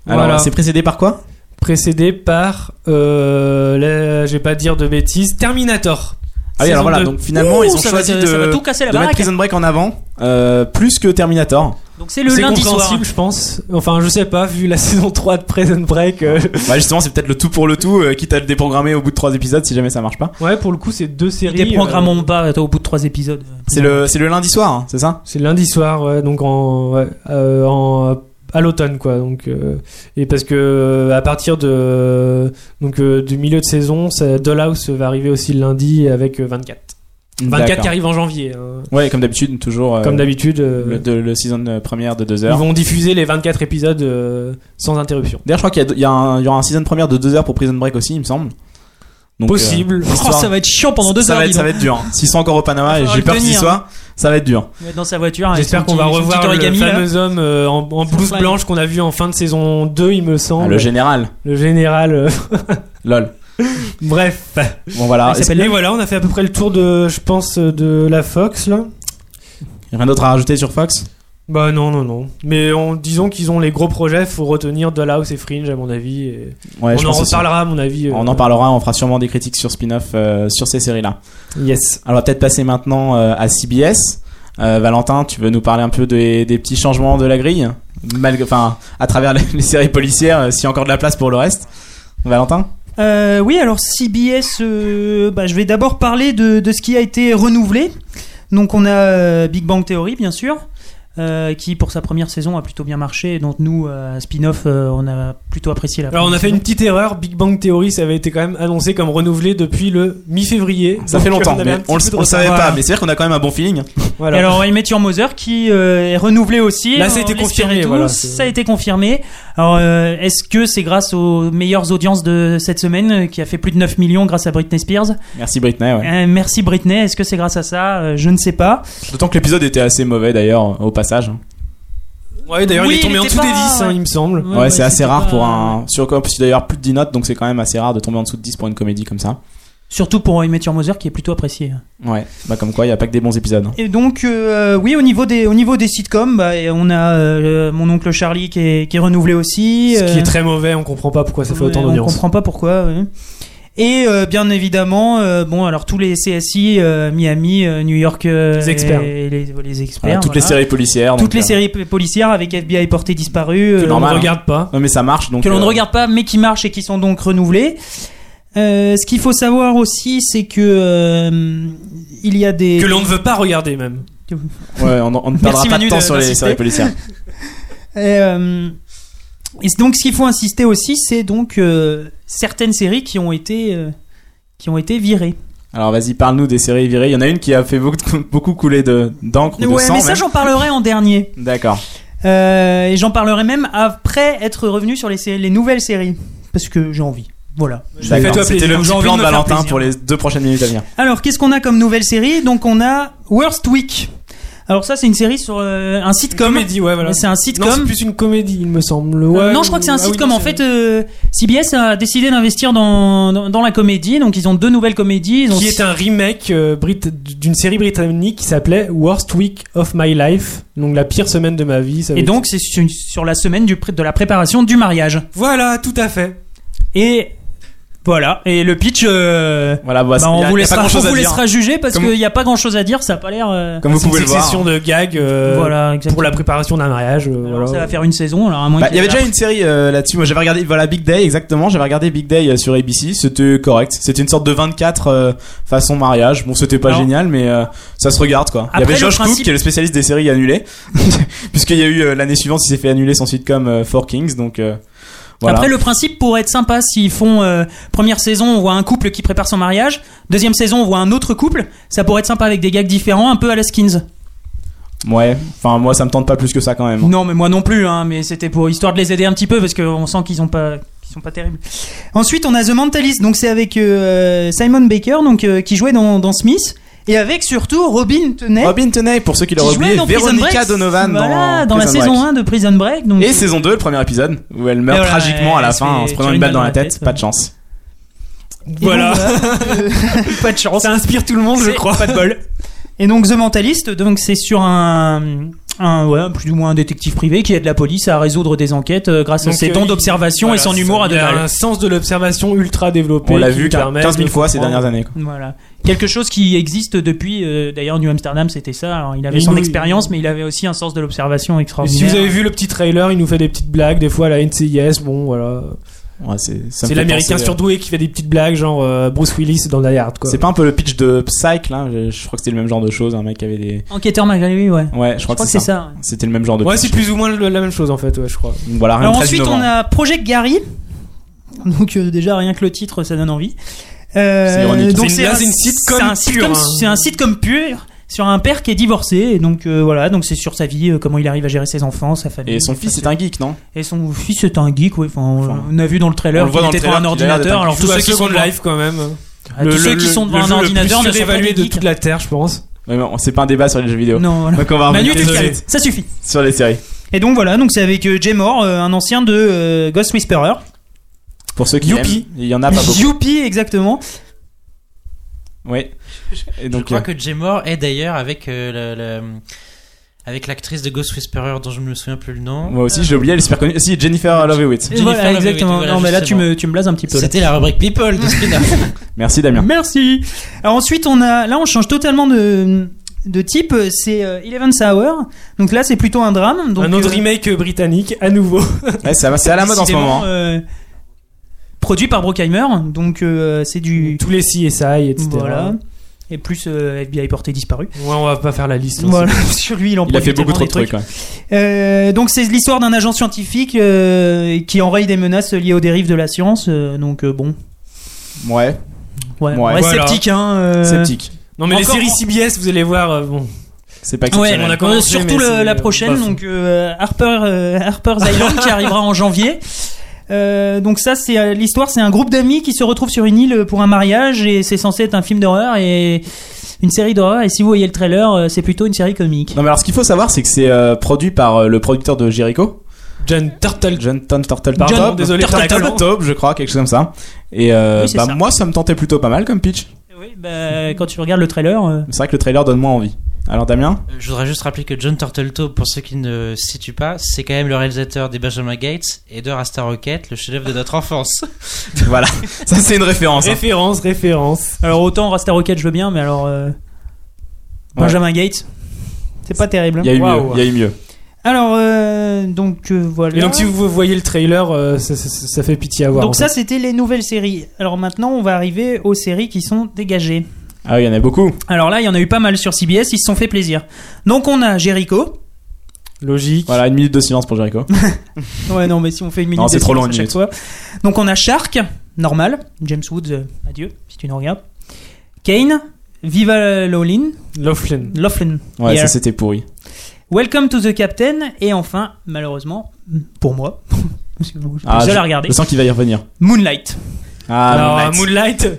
Alors, Voilà. c'est précédé par quoi Ah précédé par euh, là, je vais pas dire de bêtises Terminator. Ah oui, alors Saison voilà, deux. donc finalement, Ouh, ils ont ça choisi va, de, ça va tout casser la de mettre baraque. Prison Break en avant, euh, plus que [LAUGHS] Terminator. Donc c'est le c'est lundi soir. compréhensible je pense. Enfin je sais pas vu la [LAUGHS] saison 3 de Prison Break. euh, bah, justement, c'est peut-être le tout pour le tout, euh, quitte à le déprogrammer au bout de 3 épisodes si jamais ça marche pas. ouais pour le coup c'est deux séries. euh, Ils déprogrammeront pas au bout de trois épisodes. C'est le, c'est le lundi soir, hein, c'est ça C'est lundi soir, ouais, donc en, ouais, euh, en- à l'automne, quoi. Donc, euh, et parce que euh, à partir de donc euh, du milieu de saison, ça, Dollhouse va arriver aussi le lundi avec euh, 24. 24 D'accord. qui arrive en janvier. hein. Ouais, comme d'habitude, toujours. euh, Comme d'habitude, euh, Le, de- le season euh, première de 2 ils heures. vont diffuser les 24 épisodes euh, sans interruption. D'ailleurs, je crois qu'il y, a- il y, a un- il y aura un season première de 2 heures pour Prison Break aussi, il me semble. Donc, euh, Possible. Oh, ça va être chiant pendant deux ça heures. Va dis être, ça donc. va être dur. hein. S'ils sont encore au Panama, Il et va hein. j'ai peur falloir le qu'ils y tenir. soient, ça va être dur. Il va être dans sa Ah, voiture. avec J'espère son qu'on va petit- son revoir petit le origami, là. fameux homme euh, en, en blouse flag. blanche qu'on a vu en fin de saison 2, il me semble. Ah, le général, Le général. [LAUGHS] euh, lol. Bref. Bon voilà, Ah, Il s'appelle Et voilà, on a fait à peu près le tour de, je pense, de la Fox là. rien d'autre à rajouter sur Fox Bah non, non, non. Mais on, disons qu'ils ont les gros projets, faut retenir Dollhouse et Fringe à mon avis. et Ouais, on en pense aussi. reparlera à mon avis. euh, On en parlera, on fera sûrement des critiques sur spin-off euh, sur ces séries-là. Yes. Alors on va peut-être passer maintenant euh, à CBS. Euh, Valentin, tu veux nous parler un peu des, des petits changements de la grille Malgré, enfin, à travers les, les séries policières, euh, s'il y a encore de la place pour le reste. Valentin Euh, oui, alors CBS, euh, bah, je vais d'abord parler de, de ce qui a été renouvelé. Donc on a euh, Big Bang Theory, bien sûr, euh, qui pour sa première saison a plutôt bien marché. Et donc nous, euh, spin-off, euh, on a plutôt apprécié la Alors on a première fait saison. une petite erreur. Big Bang Theory, ça avait été quand même annoncé comme renouvelé depuis le mi-février. Ça Donc, fait longtemps, avait un mais petit on le, peu de on le retard. savait pas, Voilà. mais c'est vrai qu'on a quand même un bon feeling. Voilà. Et alors, I Met Your Mother qui euh, est renouvelé aussi. Là, ça On a été l'espérait confirmé, tous, voilà, c'est- ça a été confirmé. Alors, euh, est-ce que c'est grâce aux meilleures audiences de cette semaine euh, qui a fait plus de 9 millions grâce à Britney Spears Merci Britney. ouais. Euh, Merci Britney, est-ce que c'est grâce à ça Euh, Je ne sais pas. D'autant que l'épisode était assez mauvais d'ailleurs, au passage. hein. Ouais, d'ailleurs, Oui, il est tombé il en était dessous des pas- 10, hein, il me semble. Ouais, c'est assez c'était rare pas- pour un. Sur quoi Parce que d'ailleurs plus de 10 notes, donc c'est quand même assez rare de tomber en dessous de 10 pour une comédie comme ça. Surtout pour I Met Your Mother qui est plutôt apprécié. Ouais, bah comme quoi, il n'y a pas que des bons épisodes. hein. Et donc, euh, oui, au niveau des, au niveau des sitcoms, bah, et on a euh, Mon Oncle Charlie qui est, qui est renouvelé aussi. Ce qui euh, est très mauvais, on comprend pas pourquoi ça fait Ouais, autant On d'audience. comprend pas pourquoi. ouais. Et euh, bien évidemment, euh, bon, alors tous les CSI, euh, Miami, euh, New York, euh, Les experts. et les, les experts, Voilà, toutes les voilà. séries policières. toutes donc, les euh, séries p- policières avec FBI porté disparu, euh, Que l'on normal, ne hein. regarde pas. Non mais ça marche donc. que l'on ne euh, regarde pas, mais qui marchent et qui sont donc renouvelés. Euh, ce qu'il faut savoir aussi, c'est que euh, il y a des Que l'on ne veut pas regarder même. Ouais, on, on ne perdra Merci pas de Manu temps de- sur les d'insister. séries policières. Et, euh, et donc, ce qu'il faut insister aussi, c'est donc euh, certaines séries qui ont été euh, qui ont été virées. Alors vas-y, parle-nous des séries virées. Il y en a une qui a fait beaucoup, beaucoup couler de [LAUGHS] d'encre ou de Ouais, sang. mais ça, même. j'en parlerai en dernier. D'accord. Euh, et j'en parlerai même après être revenu sur les, sé- les nouvelles séries. Parce que j'ai envie. Voilà. Fais-toi D'accord. plaisir, C'était le j'ai petit envie plan de de me faire Valentin plaisir. pour les deux prochaines minutes à venir. Alors, qu'est-ce qu'on a comme nouvelle série Donc, on a Worst Week. Alors, ça, c'est une série sur euh, un sitcom. Comédie, ouais, voilà. C'est un Non, c'est sitcom. plus une comédie, il me semble. Euh, Ouais, non, je crois que c'est un ah oui, sitcom. non, en c'est- fait, euh, CBS a décidé d'investir dans, dans, dans la comédie. Donc, ils ont deux nouvelles comédies. Ils ont qui est un remake euh, brit- d'une série britannique qui s'appelait Worst Week of My Life, donc la pire semaine de ma vie. ça Et veut donc, c'est sur, sur la semaine du, pré- de la préparation du mariage. dire. voilà, tout à fait. Et Voilà, et le pitch, euh, Voilà, bah, bah, y on a- y vous a pas laissera, on grand-chose à vous dire. laissera juger parce Comme- qu'il n'y a pas grand chose à dire, ça a pas l'air. euh, Comme vous C'est une pouvez le voir. succession de gags euh, voilà, pour exactement. la préparation d'un mariage. euh, Alors, voilà. Ça va faire une saison, alors à moins Bah, qu'il Il y ait avait déjà l'air- une série euh, là-dessus. Moi, j'avais regardé, voilà, Big Day, exactement. J'avais regardé Big Day euh, sur ABC. C'était correct. C'était une sorte de 24 euh, façon mariage. Bon, c'était pas Alors- génial, mais euh, ça se regarde quoi. Il y avait Après, le Josh Cook, principe- qui est le spécialiste des séries annulées, [LAUGHS] puisqu'il y a eu euh, l'année suivante, il s'est fait annuler son sitcom euh, Four Kings. Donc euh, voilà. Après, le principe pourrait être sympa s'ils font euh, première saison, on voit un couple qui prépare son mariage, deuxième saison, on voit un autre couple, ça pourrait être sympa avec des gags différents, un peu à la skins. Ouais. Enfin, moi, ça me tente pas plus que ça quand même. Non, mais moi non plus, hein, mais c'était pour histoire de les aider un petit peu parce qu'on sent qu'ils ont pas. qu'ils sont pas terribles. Ensuite, on a The Mentalist, donc c'est avec euh, Simon Baker, donc euh, qui jouait dans, dans Smith, et avec surtout Robin Tenay, Robin Tenney, pour ceux qui l'auraient qui jouait oublié, dans Prison Veronica Break, Donovan voilà, dans, dans la Prison saison Break. 1 de Prison Break. Donc, Et saison 2, le premier épisode, où elle meurt Et voilà, tragiquement à la elle se fin fait en se prenant tirer une balle dans la tête. Pas de chance. [LAUGHS] Voilà. pas de chance. Ça inspire tout le monde, je C'est- crois. Pas de bol. Et donc The Mentalist, donc c'est sur un, un ouais, plus ou moins un détective privé qui aide la police à résoudre des enquêtes euh, grâce Donc, à ses euh, dons il- d'observation Voilà, et son ça- humour à il deux y a balles. un sens de l'observation ultra développé. On l'a qui vu permet 15 000 de fois ces comprendre. dernières années. quoi. Voilà. Quelque chose qui existe depuis. euh, D'ailleurs, New Amsterdam, c'était ça. Alors, il avait Et son nous, expérience, mais il avait aussi un sens de l'observation Et extraordinaire. si vous avez vu le petit trailer, il nous fait des petites blagues, des fois à la NCIS, bon voilà. Ouais, c'est ça me C'est fait l'américain penser, euh, surdoué qui fait des petites blagues, genre euh, Bruce Willis dans Die Hard quoi. C'est pas un peu le pitch de Psych là Je je crois que c'était le même genre de chose, un mec qui avait des. Enquêteur malgré lui, ouais. Ouais, je crois, que c'est ça. ouais. C'était le même genre de. Ouais, c'est pitch. plus ou moins le- la même chose en fait, ouais, je crois. Donc Voilà, rien Alors de Ah, très ensuite, innovant. on a Project Gary. Donc euh, déjà, rien que le titre, ça donne envie. Euh, C'est ironique. donc C'est une- c'est là, un, c'est une sitcom c'est un pure, sitcom- hein. c'est un sitcom pur sur un père qui est divorcé. Et donc euh, voilà, donc c'est sur sa vie, euh, comment il arrive à gérer ses enfants, sa famille. Et son fils est un geek, non Et son fils est un geek, ouais. Enfin, on- Enfin, on a vu dans le on trailer le voit qu'il dans le était devant un trailer qu'il a l'air d'être ordinateur. un Alors Tous tous ceux qui sont devant- Life quand même. Ah, tous ceux qui sont devant un jeu ordinateur le ne plus sont pas surévalué des de geeks. toute la terre, je pense. Ouais, mais on- c'est pas un débat sur les jeux vidéo. Non, voilà. Donc on va Manu, revenir t'es tout de calme. suite Ça suffit. sur les séries. Et donc voilà, donc c'est avec euh, Jay Moore, euh, un ancien de euh, Ghost Whisperer. Pour ceux qui aiment, Youpi. il y en a Ah, pas beaucoup. Youpi, exactement. Ouais. Et Je donc crois euh, que Jay Moore est d'ailleurs avec euh, le- le- avec l'actrice de Ghost Whisperer dont je ne me souviens plus le nom. moi aussi, j'ai oublié, elle est super connue. Si Jennifer Euh, Lovewitz. Jennifer voilà, Lovely, exactement. voilà, non, mais là, tu justement. me, tu me blases un petit peu. là. C'était la rubrique People de Spin-off. Merci Damien. [LAUGHS] Merci. Alors ensuite, on a, là, on change totalement de, de type. C'est euh, Eleven Sour. Donc là, c'est plutôt un drame. Donc, un autre euh, remake euh, britannique, à [LAUGHS] nouveau. Ouais, ça va- c'est à la mode en ce décidément, moment. hein. euh, produit par Brockheimer. Donc euh, c'est du. Tous les CSI, etc. Voilà. Et plus euh, FBI porté disparu. Ouais, on va pas faire la liste. hein. on Voilà, [LAUGHS] sur lui, il en Il a produit fait beaucoup tellement trop euh, des de trucs. ouais. Euh, donc c'est l'histoire d'un agent scientifique euh, qui enraye des menaces liées aux dérives de la science. euh, donc euh, bon, Ouais, ouais, Ouais. on reste Voilà. sceptique. Hein, euh, sceptique. sait. Non mais Encore- les séries CBS, vous allez voir, euh, bon. C'est pas Ouais, exceptionnel. on a euh, commencé, surtout mais le- c'est, la euh, prochaine, bof. donc euh, Harper, euh, [LAUGHS] Harper's Island qui arrivera en janvier. Euh, donc ça, c'est euh, l'histoire, c'est un groupe d'amis qui se retrouvent sur une île euh, pour un mariage et c'est censé être un film d'horreur et une série d'horreur. Et si vous voyez le trailer, euh, c'est plutôt une série comique. Bah. Non mais alors ce qu'il faut savoir c'est que c'est euh, produit par euh, le producteur de Jericho, John Turtle. Jonathan Turtle Pardon, Taub. désolé, Turtle t'as raison. Taub, Taub, je crois quelque chose comme ça. Et euh, Oui, c'est bah, ça. moi ça me tentait plutôt pas mal comme pitch. Oui, bah, quand tu regardes le trailer, euh, C'est vrai que le trailer donne moins envie. Alors Damien, [LAUGHS] Euh, Je voudrais juste rappeler que John Turteltaub, pour ceux qui ne se situent pas, c'est quand même le réalisateur des Benjamin Gates et de Rasta Rocket, le chef-d'œuvre de notre [LAUGHS] enfance. [LAUGHS] voilà, ça c'est une référence. hein. Référence, référence. alors autant Rasta Rocket, je veux bien, mais alors euh, Benjamin Gates, c'est pas terrible. hein. Il y a eu Waouh. mieux, il y a eu mieux. Alors euh, donc euh, voilà. Et donc si vous voyez le trailer, euh, ça, ça- ça fait pitié à voir. en Donc ça, fait. c'était les nouvelles séries. Alors maintenant, on va arriver aux séries qui sont dégagées. Ah oui, il y en a beaucoup. Alors là, il y en a eu pas mal sur CBS, ils se sont fait plaisir. Donc on a Jericho. logique. Voilà, une minute de silence pour [LAUGHS] Jericho. Ouais, non, mais si on fait une minute, Non, c'est de trop silence long, à une chaque fois. Donc on a Shark, normal. James Woods, euh, adieu, si tu nous regardes. Kane, Viva Lolin, [LAUGHS] Laughlin. Laughlin. Ouais, ça Yeah. c'était pourri. Welcome to the Captain. Et enfin, malheureusement, pour moi, [LAUGHS] parce que bon, je Ah, ah, la regarder, Je sens qu'il va y revenir. Moonlight. Ah, Alors, Moonlight. Moonlight,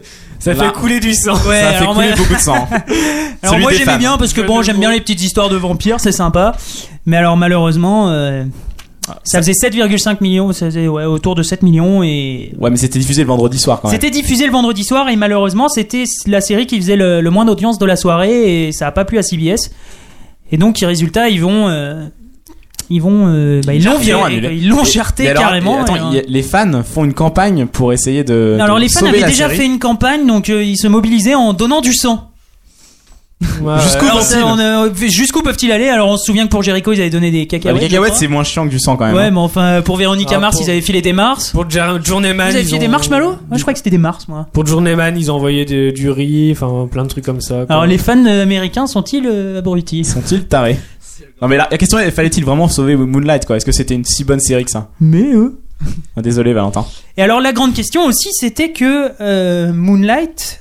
ça Là. fait couler du sang. Ouais, ça a fait alors couler moi- beaucoup de sang. hein. [LAUGHS] Alors Celui moi des j'aimais femmes. bien parce que Je bon le j'aime vois. bien les petites histoires de vampires c'est sympa mais alors malheureusement euh, ça faisait 7,5 millions ça faisait ouais, autour de 7 millions et Ouais, mais c'était diffusé le vendredi soir quand même. c'était diffusé le vendredi soir et malheureusement c'était la série qui faisait le, le moins d'audience de la soirée et ça a pas plu à CBS et donc résultat ils vont euh, ils vont, euh, bah, ils l'ont Ils l'ont viré, annulé. quoi. ils l'ont Et- charté et alors, carrément. et et, attends, euh, il y a- les fans font une campagne pour essayer de. alors de les fans sauver avaient la déjà série. Ah, fait une campagne, donc euh, ils se mobilisaient en donnant du sang. Ouais, Jusqu'au ouais. Ah Alors, ventile. ça, on a- jusqu'où peuvent-ils aller Alors on se souvient que pour Jericho ils avaient donné des Ah, les cacahuètes. cacahuètes, je c'est moins chiant que du sang quand crois. même. hein. Ouais, mais enfin pour Véronica Ah, Mars pour- ils avaient filé des Mars. Pour Jer- Journeyman. Vous avez ils filé des ont- marshmallows Moi je crois que c'était des Mars moi. Pour Journeyman, ils ont envoyé des- du riz, enfin plein de trucs comme ça. quoi. Alors les fans euh, américains sont-ils euh, abrutis Sont-ils tarés Non mais la, la question est fallait-il vraiment sauver Moonlight quoi Est-ce que c'était une si bonne série que ça Mais eux. Ah, Désolé Valentin. Et alors la grande question aussi, c'était que euh, Moonlight,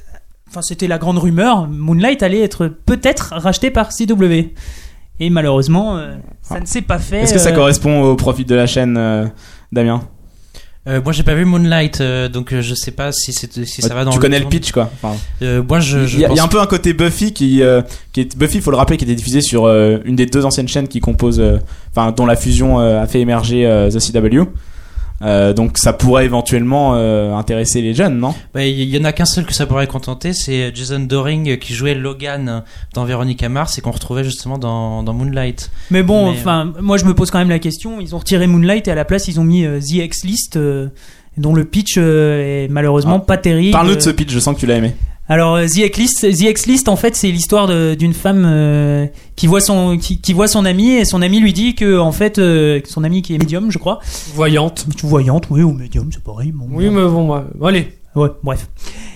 enfin c'était la grande rumeur, Moonlight allait être peut-être racheté par CW. Et malheureusement, euh, ça ne s'est pas fait. Est-ce que ça euh, correspond au profit de la chaîne euh, Damien Euh, moi, j'ai pas vu Moonlight, euh, donc euh, je sais pas si, c'est- si ça va dans Tu le connais le ton. pitch quoi. Enfin, Euh, Moi, je, Il je y, a- il pense y a un peu un côté Buffy qui, euh, qui est, Buffy, faut le rappeler, qui était diffusé sur euh, une des deux anciennes chaînes qui composent, euh, enfin, dont la fusion euh, a fait émerger euh, The CW. Euh, donc ça pourrait éventuellement euh, intéresser les jeunes, non Bah, Il y en a qu'un seul que ça pourrait contenter, c'est Jason Doring euh, qui jouait Logan dans Veronica Mars et qu'on retrouvait justement dans, dans Moonlight. Mais bon, Mais, enfin, moi je me pose quand même la question. Ils ont retiré Moonlight et à la place ils ont mis euh, The X List. euh, dont le pitch euh, est malheureusement pas terrible. Euh, Parle-nous de ce pitch, je sens que tu l'as aimé. Alors euh, The X-List, The X-List, en fait, c'est l'histoire de- d'une femme euh, qui voit son qui, qui voit son ami et son ami lui dit que en fait euh, son ami qui est médium, je crois, Voyante. voyante, oui, ou médium, c'est pareil. bon, Oui, bon. mais bon, moi. Allez. Ouais, bref.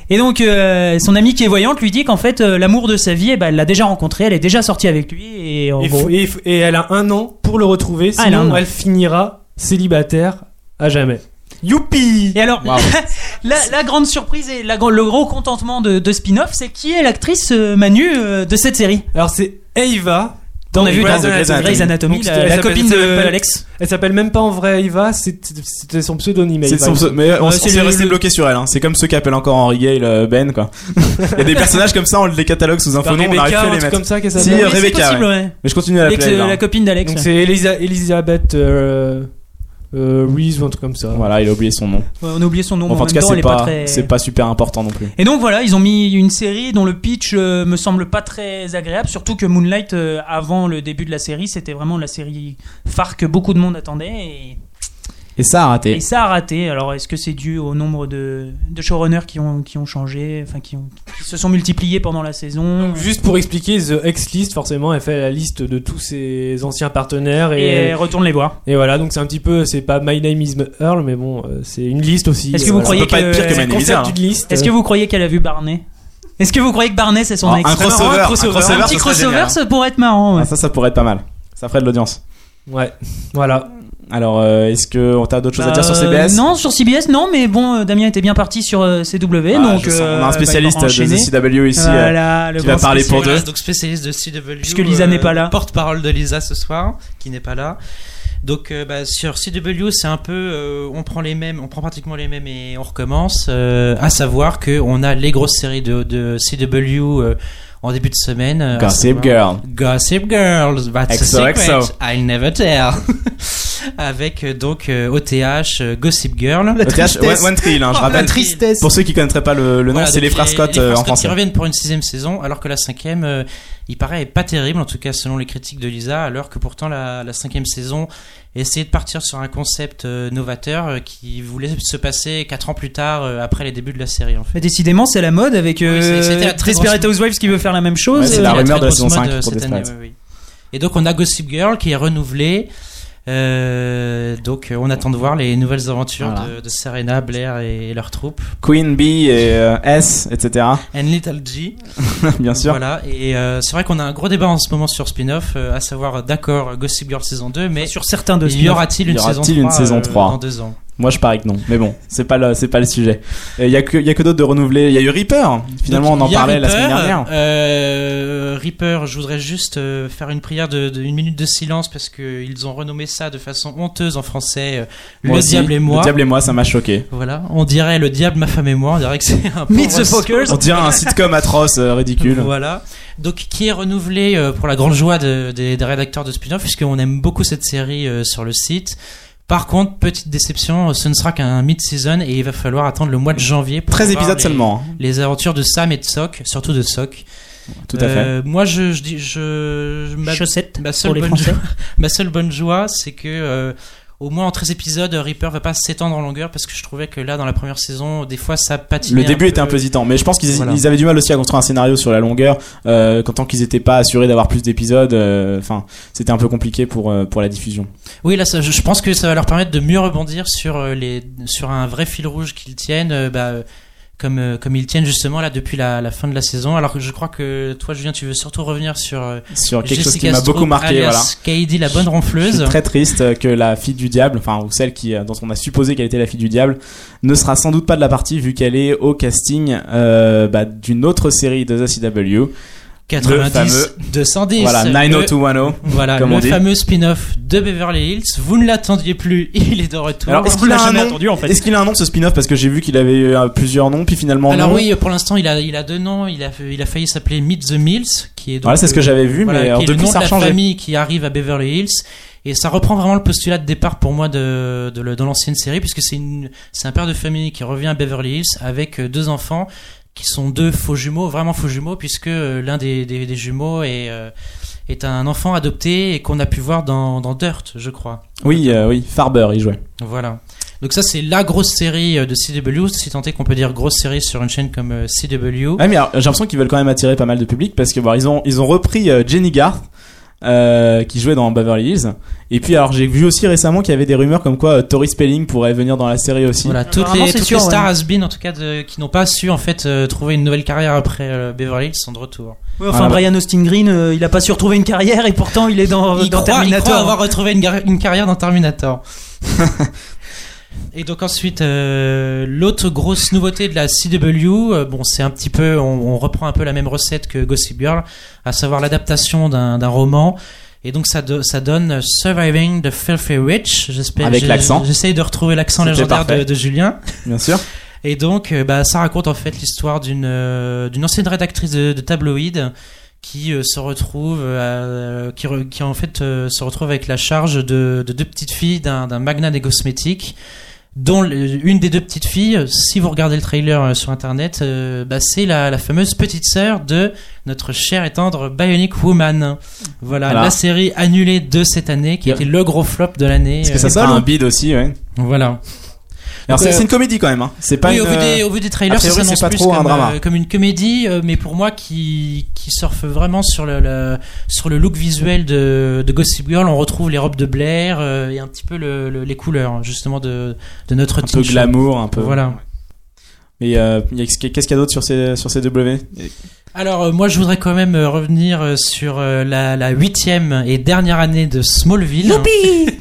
Et donc, euh, son amie qui est voyante lui dit qu'en fait, euh, l'amour de sa vie, eh ben, elle l'a déjà rencontré, elle est déjà sortie avec lui, et en Et, gros. f- et f- et elle a un an pour le retrouver, Ah, elle a un sinon an. elle finira célibataire à jamais. Youpi Et alors, Wow. [LAUGHS] la, la grande surprise et la, gr- le gros contentement de, de spin-off, c'est qui est l'actrice euh, Manu euh, de cette série Alors c'est Eva. On a vu dans Grey's Grey's Anatomy. Grey's Anatomy, Donc, la, elle la s'appelle- copine de elle euh, s'appelle- Alex. Elle s'appelle même pas en vrai Eva, c'est- c'était son pseudonyme. C'est Eva. son- mais on, Ouais, on c'est s'est le- resté le- bloqué sur elle. hein. C'est comme ceux qui appellent encore Henry Gale euh, Ben quoi. Il y a des personnages comme ça, on les catalogue sous un faux Enfin, nom, on n'arrive plus à Rebecca, un les truc mettre. comme ça qu'elle Si, s'appelle. euh, Mais c'est Rebecca, possible, ouais. Mais je continue à Alex, l'appeler. euh, elle, la hein. copine d'Alex. Donc c'est Elisa- Elisabeth euh, euh, Reese ou un truc comme ça. Voilà, il a oublié son nom. Ouais, on a oublié son nom. mais Enfin, en tout même cas, temps, elle c'est est pas pas, très- c'est pas super important non plus. Et donc voilà, ils ont mis une série dont le pitch euh, me semble pas très agréable, surtout que Moonlight, euh, avant le début de la série, c'était vraiment la série phare que beaucoup de monde attendait, Et ça a et, raté. et ça a raté. Alors est-ce que c'est dû au nombre de, de showrunners qui ont, qui ont changé, enfin qui, ont- qui se sont multipliés pendant la saison Donc, Juste pour expliquer, The X-List, forcément, elle fait la liste de tous ses anciens partenaires. et, euh, Et, retourne les voir. et voilà, donc c'est un petit peu, c'est pas My Name is Earl, mais bon, euh, c'est une liste aussi. euh, Est-ce que vous croyez Voilà. peut pas que- être pire que C'est le Manu concept Bizarre. hein. d'une liste. Est-ce que vous croyez qu'elle a vu Barney Est-ce que vous croyez que Barney c'est son Ah, ex un crossover, un un crossover, crossover, Un petit ce serait crossover, génial, hein. ça pourrait être marrant. ouais. Ah, ça, ça pourrait être pas mal. Ça ferait de l'audience. Ouais, voilà. Alors, euh, est-ce que on t'a d'autres choses à dire sur Euh, CBS Non, sur CBS, non, mais bon, euh, Damien était bien parti sur euh, CW, Ah, donc. je sens- euh, on a un bah, spécialiste il va de enchaîner. CW ici. euh, Voilà, le qui va grand parler pour spécialiste. deux. Voilà, donc spécialiste de CW. Puisque Lisa n'est pas là. Porte-parole de Lisa ce soir, qui n'est pas là. Donc euh, bah, sur CW, c'est un peu, euh, on prend les mêmes, on prend pratiquement les mêmes et on recommence. euh, à savoir que on a les grosses séries de, de CW euh, en début de semaine. euh, à Gossip Girl. savoir- Gossip Girls, that's a XOXO. secret I'll never tell. [LAUGHS] Avec euh, donc euh, OTH, euh, Gossip Girl. ETH, One, One Thrill, hein, je Oh, rappelle. la tristesse. Pour ceux qui connaîtraient pas le, le nom, Voilà, c'est donc les frères Scott euh, en Qui français. reviennent pour une sixième saison, alors que la cinquième, euh, il paraît, est pas terrible, en tout cas selon les critiques de Lisa, alors que pourtant la, la cinquième saison essayait de partir sur un concept euh, novateur euh, qui voulait se passer quatre ans plus tard, euh, après les débuts de la série en fait. Mais Bah, décidément, c'est la mode avec euh, Oui, c'est- c'était la très Desperate grosse- Housewives qui veut faire la même Ouais, chose. c'est Euh, la il y a rumeur très de la grosse saison mode, 5 euh, pour cette année, Desperate. oui, oui. Et donc on a Gossip Girl qui est renouvelée. Euh, donc euh, on attend de voir les nouvelles aventures Voilà. de, de Serena, Blair et leur troupe. Queen Bee et euh, S, etc. And Little G. [LAUGHS] Bien sûr. Voilà, et euh, c'est vrai qu'on a un gros débat en ce moment sur spin-off, euh, à savoir, d'accord, Gossip Girl saison 2, mais Sur certains de il y aura-t-il une, Il y aura-t-il saison, une 3, saison euh, 3? dans deux ans Moi, je parie que non. Mais bon, c'est pas le, c'est pas le sujet. Il y a que, y a que d'autres de renouveler. Il y a eu Reaper. Finalement, Donc, on en il y a parlait la Reaper, semaine dernière. euh, Reaper, je voudrais juste euh, faire une prière de, de une minute de silence parce que ils ont renommé ça de façon honteuse en français. euh, Moi le aussi, diable et moi. Le diable et moi, ça m'a choqué. Voilà, on dirait le diable, ma femme et moi. On dirait que c'est un. Meet pauvre the Fockers. On dirait un sitcom atroce, euh, ridicule. Voilà. Donc qui est renouvelé euh, pour la grande joie de- des, des rédacteurs de spin-off puisqu'on aime beaucoup cette série euh, sur le site. Par contre, petite déception, euh, ce ne sera qu'un mid-season et il va falloir attendre le mois de janvier pour 13 voir épisodes les- seulement. hein. Les aventures de Sam et de Sok, surtout de Sok. Tout à fait. Euh, moi, je, je dis, je, je- ma, Chaussettes ma Bah, pour seule les bonne Français. joie, [LAUGHS] ma seule bonne joie, c'est que euh, au moins en 13 épisodes, Reaper va pas s'étendre en longueur parce que je trouvais que là, dans la première saison, des fois, ça patinait. Le début était un peu hésitant, mais je pense qu'ils euh, Voilà. ils avaient du mal aussi à construire un scénario sur la longueur, euh, qu'en tant qu'ils n'étaient pas assurés d'avoir plus d'épisodes, euh, enfin, c'était un peu compliqué pour, euh, pour la diffusion. Oui, là, ça- je, je pense que ça va leur permettre de mieux rebondir sur euh, les, sur un vrai fil rouge qu'ils tiennent, euh, bah, euh, comme euh, comme ils tiennent justement là depuis la, la fin de la saison. Alors que je crois que toi, Julien, tu veux surtout revenir sur euh, Sur quelque chose qui Jessica m'a beaucoup Stroop, marqué, alias voilà. Kaidi, la bonne Je suis ronfleuse. très triste euh, que la fille du diable, enfin, ou celle qui, euh, dont on a supposé qu'elle était la fille du diable, ne sera sans doute pas de la partie vu qu'elle est au casting euh, bah, d'une autre série de The CW. le 90, fameux- 210. Voilà, le- 90210. Voilà, comme on le dit. fameux spin-off de Beverly Hills. Vous ne l'attendiez plus, [LAUGHS] il est de retour. Alors, est-ce On qu'il l'a a un jamais nom attendu en fait. Est-ce qu'il a un nom de ce spin-off Parce que j'ai vu qu'il avait eu, euh, plusieurs noms, puis finalement Alors non. oui, pour l'instant, il a, il a deux noms. Il a, il a failli s'appeler Meet the Mills, qui est donc. Voilà, c'est ce que euh, j'avais vu, voilà, mais qui euh, est le depuis nom ça de a la changé. famille qui arrive à Beverly Hills. Et ça reprend vraiment le postulat de départ pour moi de, de, le- de l'ancienne série, puisque c'est une- c'est un père de famille qui revient à Beverly Hills avec euh, deux enfants qui sont deux faux jumeaux, vraiment faux jumeaux, puisque euh, l'un des, des, des jumeaux est, euh, est un enfant adopté et qu'on a pu voir dans, dans Dirt, je crois. Oui, euh, oui, Farber, il jouait. Voilà. Donc ça, c'est la grosse série euh, de CW, si tant est qu'on peut dire grosse série sur une chaîne comme euh, CW. Ouais, mais alors, j'ai l'impression qu'ils veulent quand même attirer pas mal de public parce que bon, ils ont ils ont repris euh, Jenny Garth euh, qui jouait dans Beverly Hills. Et puis alors j'ai vu aussi récemment qu'il y avait des rumeurs comme quoi euh, Tori Spelling pourrait venir dans la série aussi. Voilà, toutes Apparemment, les, Ah, c'est toutes sûr, les stars ouais. has-been, en tout cas, de- qui n'ont pas su, en fait, euh, trouver une nouvelle carrière après euh, Beverly Hills sont de retour. Ouais, enfin, Voilà. Brian Austin Green, euh, il a pas su retrouver une carrière et pourtant il est dans, il, dans croit, il Terminator. croit avoir retrouvé une, gar- une carrière dans Terminator. Et donc ensuite, euh, l'autre grosse nouveauté de la CW, euh, bon, c'est un petit peu, on, on reprend un peu la même recette que Gossip Girl, à savoir l'adaptation d'un d'un roman. Et donc ça, do- ça donne Surviving the Filthy Rich. J'espère. Avec j'ai- l'accent. J'essaye de retrouver l'accent C'était légendaire de, parfait. de Julien. Bien sûr. Et donc, euh, bah, ça raconte en fait l'histoire d'une euh, d'une ancienne rédactrice de, de tabloïd qui euh, se retrouve, euh, qui, re- qui en fait euh, se retrouve avec la charge de, de deux petites filles d'un d'un magnat des cosmétiques, dont le- une des deux petites filles, euh, si vous regardez le trailer euh, sur internet, euh, bah, c'est la, la fameuse petite sœur de notre chère et tendre Bionic Woman. Voilà, Voilà. la série annulée de cette année, qui Yeah. était le gros flop de l'année. Parce que ça euh, sera un bid aussi, ouais. Voilà. Alors c'est euh, c'est une comédie quand même. Hein. C'est pas oui, une, au, vu des, euh, au vu des trailers, a priori, ça s'annonce c'est pas plus trop un comme, drama. euh, comme une comédie, euh, mais pour moi qui, qui surfe vraiment sur le, le- sur le look visuel de, de Gossip Girl, on retrouve les robes de Blair euh, et un petit peu le- le- les couleurs hein, justement de, de notre un peu teen show. glamour, un peu. Voilà. Mais euh, y a- qu'est-ce qu'il y a d'autre sur ces sur ces W Alors euh, moi je voudrais quand même euh, revenir euh, sur euh, la la huitième et dernière année de Smallville.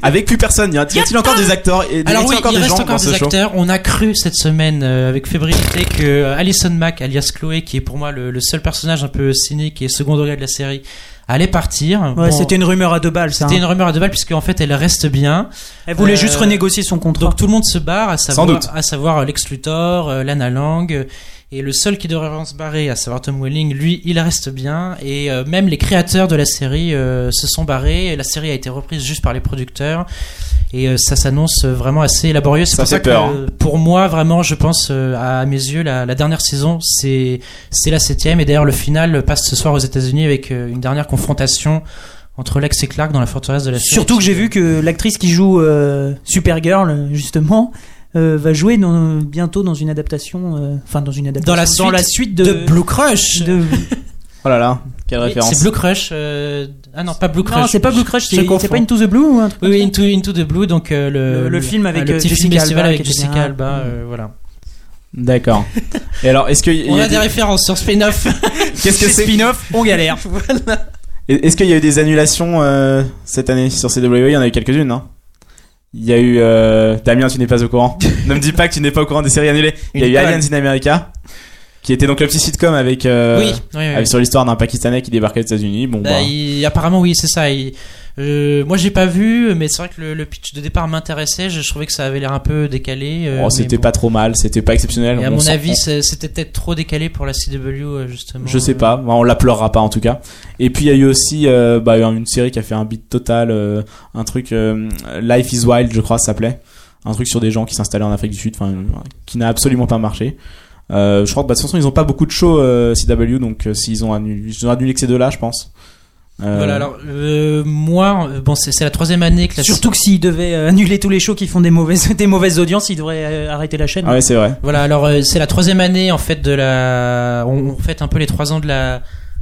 Avec plus personne, y a- y a-t-il encore des acteurs et Alors y a-t-il oui, encore il des reste gens encore dans des ce show acteurs. On a cru cette semaine euh, avec fébrilité que euh, Alison Mack, alias Chloé, qui est pour moi le, le seul personnage un peu cynique et second degré de la série, allait partir. Ouais, Bon, c'était une rumeur à deux balles, ça. c'était hein. une rumeur à deux balles puisque en fait elle reste bien. Elle voulait Euh, juste renégocier son contrat. Donc tout le monde se barre, à savoir, doute. À savoir euh, Lex Luthor, euh, Lana Lang. euh, Et le seul qui devrait vraiment se barrer, à savoir Tom Welling, lui, il reste bien. Et euh, même les créateurs de la série euh, se sont barrés. Et la série a été reprise juste par les producteurs. Et euh, ça s'annonce euh, vraiment assez laborieux. C'est Ça pour fait ça que, peur, hein. euh, pour moi, vraiment, je pense euh, à mes yeux, la, la dernière saison, c'est c'est la septième. Et d'ailleurs, le final passe ce soir aux États-Unis avec euh, une dernière confrontation entre Lex et Clark dans la forteresse de la série. Surtout que j'ai vu que l'actrice qui joue euh, Supergirl, justement, euh, va jouer dans- bientôt dans une adaptation, euh, enfin dans une adaptation, Dans la suite de, de Blue Crush. de- Oh là là, quelle Oui, référence. C'est Blue Crush. euh, Ah non, pas Blue Crush. non, c'est pas Blue Crush, Je c'est confonds. c'est pas Into the Blue ou un truc comme Oui, oui, ça Into, Into the Blue, donc euh, le, Le- le film avec, le euh, petit Jessica film festival Alba, avec qui était Mm. Jessica bien. Alba. euh, voilà. D'accord. Et alors, est-ce que y On y a a des références sur Spin-off. [LAUGHS] qu'est-ce que c'est Spin-off, on galère. Et- Est-ce qu'il y a eu des annulations euh, cette année sur CWE Il y en a eu quelques-unes, non Il y a eu... euh, Damien, tu n'es pas au [LAUGHS] courant. ne me dis pas que tu n'es pas au courant des séries annulées. Il y a Une eu tonne. Aliens in America, qui était donc le petit sitcom avec... euh, oui, oui, oui. avec- sur l'histoire d'un Pakistanais qui débarquait aux États-Unis. Bon, Bah, bah, il- apparemment, oui, c'est ça. il- euh, moi, j'ai pas vu, mais c'est vrai que le, le pitch de départ m'intéressait. Je, je trouvais que ça avait l'air un peu décalé. euh, oh, mais c'était bon. pas trop mal, c'était pas exceptionnel. Et à On mon s'en- avis, c'est- c'était peut-être trop décalé pour la CW, euh, justement. Je sais Euh, pas, Enfin, on l'applorera pas en tout cas. Et puis il y a eu aussi euh, bah, une série qui a fait un beat total, euh, un truc euh, Life is Wild, je crois, ça s'appelait. Un truc sur des gens qui s'installaient en Afrique du Sud, enfin, euh, qui n'a absolument pas marché. Euh, je crois que bah, de toute façon, ils ont pas beaucoup de shows euh, CW, donc euh, s'ils ont annulé, ils ont annulé que ces deux-là, je pense. Euh, Voilà, alors euh, moi, euh, bon, c'est c'est la troisième année que la Surtout que s'ils devaient euh, annuler tous les shows qui font des mauvaises, [LAUGHS] des mauvaises audiences, ils devraient euh, arrêter la chaîne. Ah ouais, c'est vrai. Voilà, alors euh, c'est la troisième année en fait de la. On, on fête un peu les trois ans de la,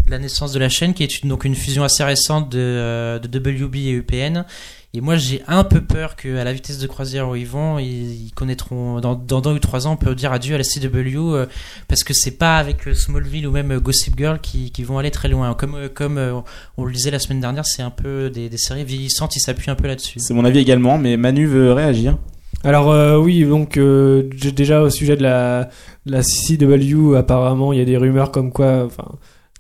de la naissance de la chaîne, qui est une, donc une fusion assez récente de, euh, de WB et UPN. Et moi j'ai un peu peur qu'à la vitesse de croisière où ils vont, ils, ils connaîtront. Dans, dans deux ou trois ans, on peut dire adieu à la CW, euh, parce que c'est pas avec euh, Smallville ou même euh, Gossip Girl qui, qui vont aller très loin. Comme, euh, comme euh, on le disait la semaine dernière, c'est un peu des, des séries vieillissantes, ils s'appuient un peu là-dessus. C'est mon avis également, mais Manu veut réagir. Alors euh, oui, donc euh, j- déjà au sujet de la, de la CW, apparemment il y a des rumeurs comme quoi, enfin,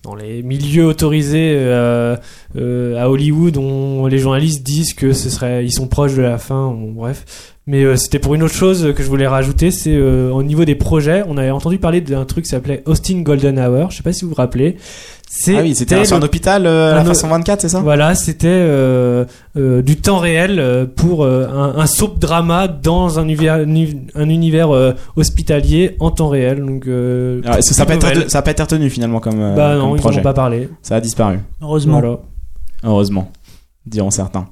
dans les milieux autorisés euh, euh, à Hollywood, on, les journalistes disent que ce serait, ils sont proches de la fin, bon, bref. Mais euh, c'était pour une autre chose que je voulais rajouter, c'est euh, au niveau des projets, on avait entendu parler d'un truc qui s'appelait Austin Golden Hour, je sais pas si vous vous rappelez. C'est Ah oui, c'était sur un le- hôpital euh, à un la fin o- 124, c'est ça voilà, c'était euh, euh, du temps réel euh, pour euh, un, un soap drama dans un univers, uni- un univers euh, hospitalier en temps réel. Donc, euh, Ah, ça, ça a pas été nouvelle. retenu- ça a pas été retenu finalement comme, euh, bah comme non, ils n'en projet. ont pas parlé. Ça a disparu, Heureusement. Voilà. heureusement, diront certains.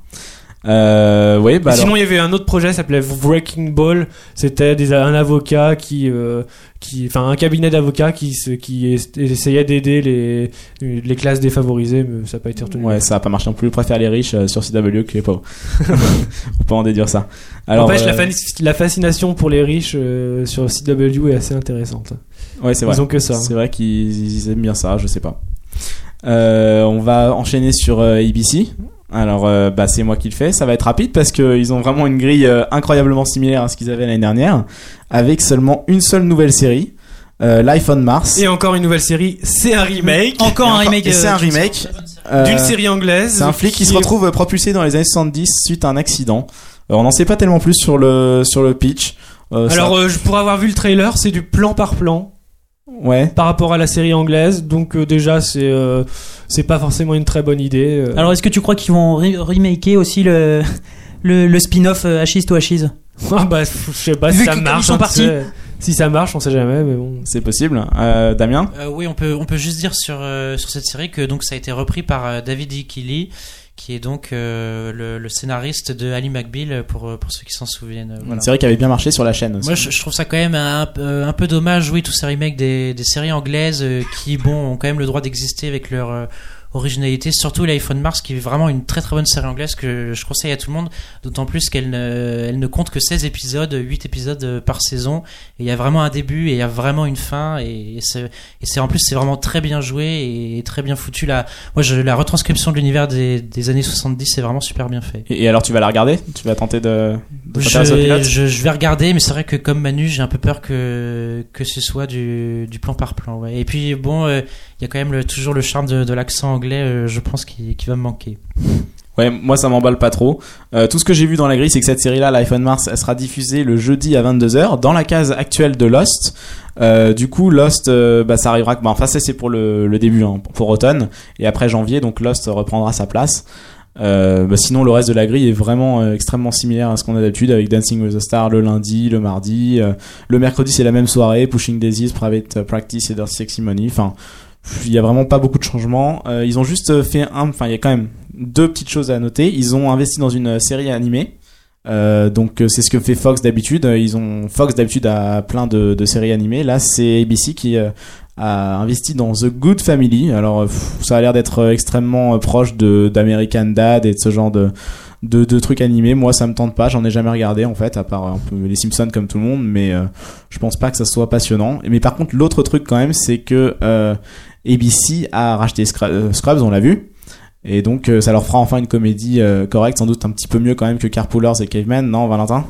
Euh, oui, bah alors- Sinon, il y avait un autre projet, ça s'appelait Wrecking Ball. C'était des- un avocat qui, euh, qui, enfin, un cabinet d'avocats qui, se- qui es- essayait d'aider les, les classes défavorisées, mais ça n'a pas été retenu. Ouais, ça a pas marché non plus. Je préfère les riches euh, sur CW que les [LAUGHS] pauvres. On peut en déduire ça. Alors, N'empêche, euh, la, fa- la fascination pour les riches euh, sur CW est assez intéressante. ouais, c'est vrai. Ils ont que ça. hein. C'est vrai qu'ils ils aiment bien ça, je sais pas. Euh, on va enchaîner sur euh, ABC. Alors, euh, bah, c'est moi qui le fais. Ça va être rapide parce qu'ils ont vraiment une grille euh, incroyablement similaire à ce qu'ils avaient l'année dernière, avec seulement une seule nouvelle série, euh, Life on Mars. Et encore une nouvelle série, c'est un remake Encore un remake. Et c'est euh, un d'une- remake. d'une euh, série anglaise. C'est un flic qui se retrouve propulsé dans les années 70 suite à un accident. Euh, on n'en sait pas tellement plus sur le, sur le pitch. Euh, ça- Alors, euh, je- pour avoir vu le trailer, c'est du plan par plan ouais. par rapport à la série anglaise. Donc, euh, déjà, c'est euh, c'est pas forcément une très bonne idée. euh. Alors, est-ce que tu crois qu'ils vont re- remaker aussi le, [LAUGHS] le, le spin-off euh, Ashis to Ashis [LAUGHS] Ah, bah, je sais pas si Vu ça que- marche. ils sont on partis. sait- Si ça marche, on sait jamais, mais bon. C'est possible. Euh, Damien Euh, oui, on peut, on peut juste dire sur, euh, sur cette série que donc, ça a été repris par euh, David E. Keely, qui est donc euh, le, le scénariste de Ali McBeal, euh, pour, euh, pour ceux qui s'en souviennent. euh, voilà. Une série qui avait bien marché sur la chaîne. hein, aussi. Moi, je, je trouve ça quand même un, euh, un peu dommage, oui, tous ces remakes des, des séries anglaises euh, qui, bon, ont quand même le droit d'exister avec leur euh, originalité. Surtout l'iPhone Mars, qui est vraiment une très très bonne série anglaise que je conseille à tout le monde. D'autant plus qu'elle ne, elle ne compte que 16 épisodes, 8 épisodes euh, par saison. Et il y a vraiment un début et il y a vraiment une fin. Et, et c'est et c'est- en plus, c'est vraiment très bien joué et très bien foutu. La, moi, je, la retranscription de l'univers des, des années 70, c'est vraiment super bien fait. Et, et alors, tu vas la regarder Tu vas tenter de, de Je, t'intéresser au pilote je- je vais regarder, mais c'est vrai que comme Manu, j'ai un peu peur que, que ce soit du, du plan par plan. ouais. Et puis bon, euh, il y a quand même le- toujours le charme de, de l'accent anglais, euh, je pense, qui, qui va me manquer. Ouais, moi ça m'emballe pas trop. Euh, tout ce que j'ai vu dans la grille, c'est que cette série-là, l'iPhone Mars, elle sera diffusée le jeudi à 22h dans la case actuelle de Lost. Euh, du coup, Lost, euh, bah, ça arrivera. que- Bah, enfin, ça c'est pour le, le début, hein, pour automne. Et après janvier, donc Lost reprendra sa place. Euh, bah, sinon, le reste de la grille est vraiment euh, extrêmement similaire à ce qu'on a d'habitude avec Dancing with the Star le lundi, le mardi. euh, le mercredi, c'est la même soirée. Pushing Daisies, Private Practice et Dirty Sexy Money. Enfin, il y a vraiment pas beaucoup de changements. Euh, ils ont juste fait un, enfin il y a quand même deux petites choses à noter. Ils ont investi dans une euh, série animée. Euh, donc euh, c'est ce que fait Fox d'habitude. Euh, Ils ont Fox d'habitude a plein de, de séries animées. Là c'est ABC qui euh, a investi dans The Good Family. Alors euh, pff, ça a l'air d'être euh, extrêmement euh, proche de d'American Dad et de ce genre de de, de trucs animés. Moi ça me tente pas. J'en ai jamais regardé en fait à part euh, un peu les Simpsons comme tout le monde. Mais euh, je pense pas que ça soit passionnant. Mais par contre l'autre truc quand même c'est que euh, ABC a racheté Scra- euh, Scrubs, on l'a vu. Et donc, euh, ça leur fera enfin une comédie euh, correcte, sans doute un petit peu mieux quand même que Carpoolers et Caveman, non, Valentin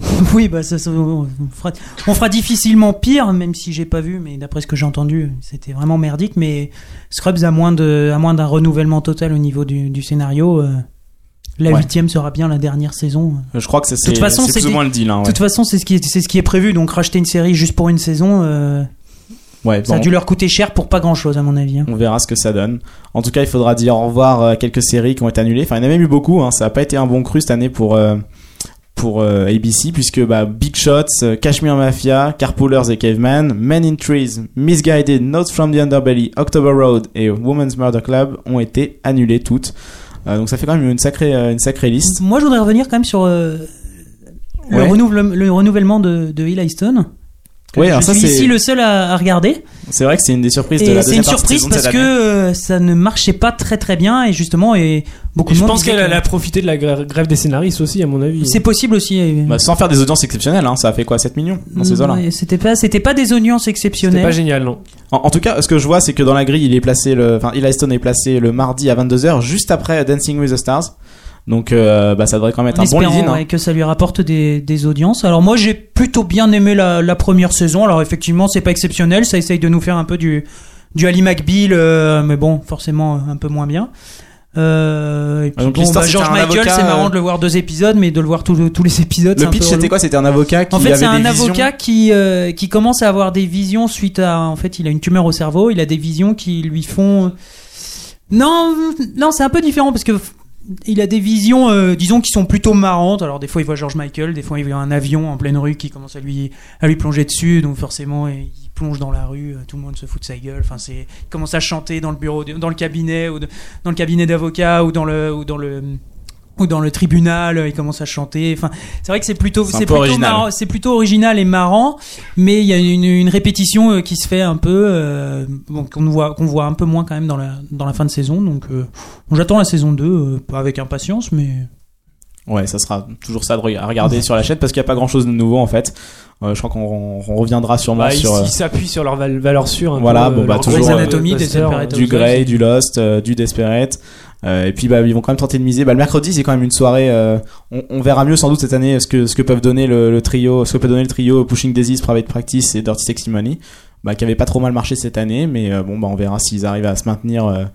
[LAUGHS] Oui, bah, ça, ça- on, fera, on fera difficilement pire, même si j'ai pas vu, mais d'après ce que j'ai entendu, c'était vraiment merdique. Mais Scrubs, à moins de- à moins d'un renouvellement total au niveau du, du scénario, euh, la Ouais. huitième sera bien la dernière saison. Euh, Je crois que ça, c'est toute façon, c'est c'est plus ou dit- moins le deal. hein, De ouais. toute façon, c'est ce, qui est- c'est ce qui est prévu, donc racheter une série juste pour une saison, euh, Ouais, ça a bon, dû leur coûter cher pour pas grand chose, à mon avis. hein. On verra ce que ça donne. En tout cas, il faudra dire au revoir à quelques séries qui ont été annulées. Enfin, il y en a même eu beaucoup. hein. Ça n'a pas été un bon cru cette année pour, euh, pour euh, ABC, puisque bah, Big Shots, euh, Cashmere Mafia, Carpoolers et Caveman, Men in Trees, Misguided, Notes from the Underbelly, October Road et Woman's Murder Club ont été annulées toutes. Euh, donc ça fait quand même une sacrée, euh, une sacrée liste. Moi, je voudrais revenir quand même sur euh, le, Ouais. renouvelle- le renouvellement de, de Eli Stone. Oui, alors je ça suis ici c'est le seul à, à regarder. c'est vrai que c'est une des surprises de Et la c'est deuxième une partie de surprise saison de parce cette que année. euh, ça ne marchait pas très très bien et justement, et beaucoup Et de je monde pense disait qu'elle que- elle a profité de la grè- grève des scénaristes aussi, à mon avis. C'est possible aussi. et- Mm, Bah, sans faire des audiences exceptionnelles, hein, ça a fait quoi 7 millions dans ces eaux-là Ouais, C'était pas, c'était pas des oignons C'était exceptionnels. pas génial, non. En, en tout cas, ce que je vois, c'est que dans la grille, il est placé, le, enfin, Eli Stone est placé le mardi à 22h, juste après Dancing with the Stars. Donc, euh, bah, ça devrait quand même être En un bon espérant, lead-in. hein. ouais, que ça lui rapporte des, des audiences. Alors moi j'ai plutôt bien aimé la, la première saison. Alors effectivement c'est pas exceptionnel, ça essaye de nous faire un peu du du Ali McBeal, euh, mais bon forcément euh, un peu moins bien. Euh, et puis Ah, donc bon, l'histoire, bah, c'est George un Michael, avocat, c'est marrant euh, de le voir deux épisodes, mais de le voir tous tous les épisodes. c'est Le un pitch, peu c'était relou. quoi C'était un avocat qui En fait, avait c'est un des visions. avocat qui, euh, qui commence à avoir des visions suite à. En fait, il a une tumeur au cerveau, il a des visions qui lui font. euh, Non, non, c'est un peu différent parce que. f- Il a des visions, euh, disons, qui sont plutôt marrantes. Alors, des fois, il voit George Michael, des fois, il voit un avion en pleine rue qui commence à lui, à lui plonger dessus. Donc, forcément, il plonge dans la rue, euh, tout le monde se fout de sa gueule. Enfin, c'est, il commence à chanter dans le bureau, de- dans le cabinet, ou de- dans le cabinet d'avocat, ou dans le, ou dans le, ou dans le tribunal. euh, Il commence à chanter. Enfin, c'est vrai que c'est plutôt, C'est un c'est peu plutôt original. marrant- c'est plutôt original et marrant mais il y a une, une répétition euh, qui se fait un peu euh, bon, qu'on voit qu'on voit un peu moins quand même dans la dans la fin de saison donc euh, bon, j'attends la saison 2 euh, pas avec impatience mais Ouais, ça sera toujours ça de reg- à regarder sur la chaîne parce qu'il n'y a pas grand chose de nouveau en fait. Euh, je crois qu'on on- on reviendra sûrement Bah, ils sur euh, ils s'appuient sur leurs val- valeurs sûres. un Voilà, peu, bon, euh, bah, leur toujours, Grey's euh, Anatomy, Buster, Desperate du Housewives. Grey, du Lost, euh, du Desperate. Euh, et puis bah, ils vont quand même tenter de miser. Bah, le mercredi, c'est quand même une soirée. euh, on, on verra mieux sans doute cette année euh, ce que ce que peuvent donner le, le trio, ce que peut donner le trio Pushing Daisies, Private Practice et Dirty Sexy Money, bah, qui avait pas trop mal marché cette année. Mais euh, bon, bah, on verra s'ils arrivent à se maintenir euh,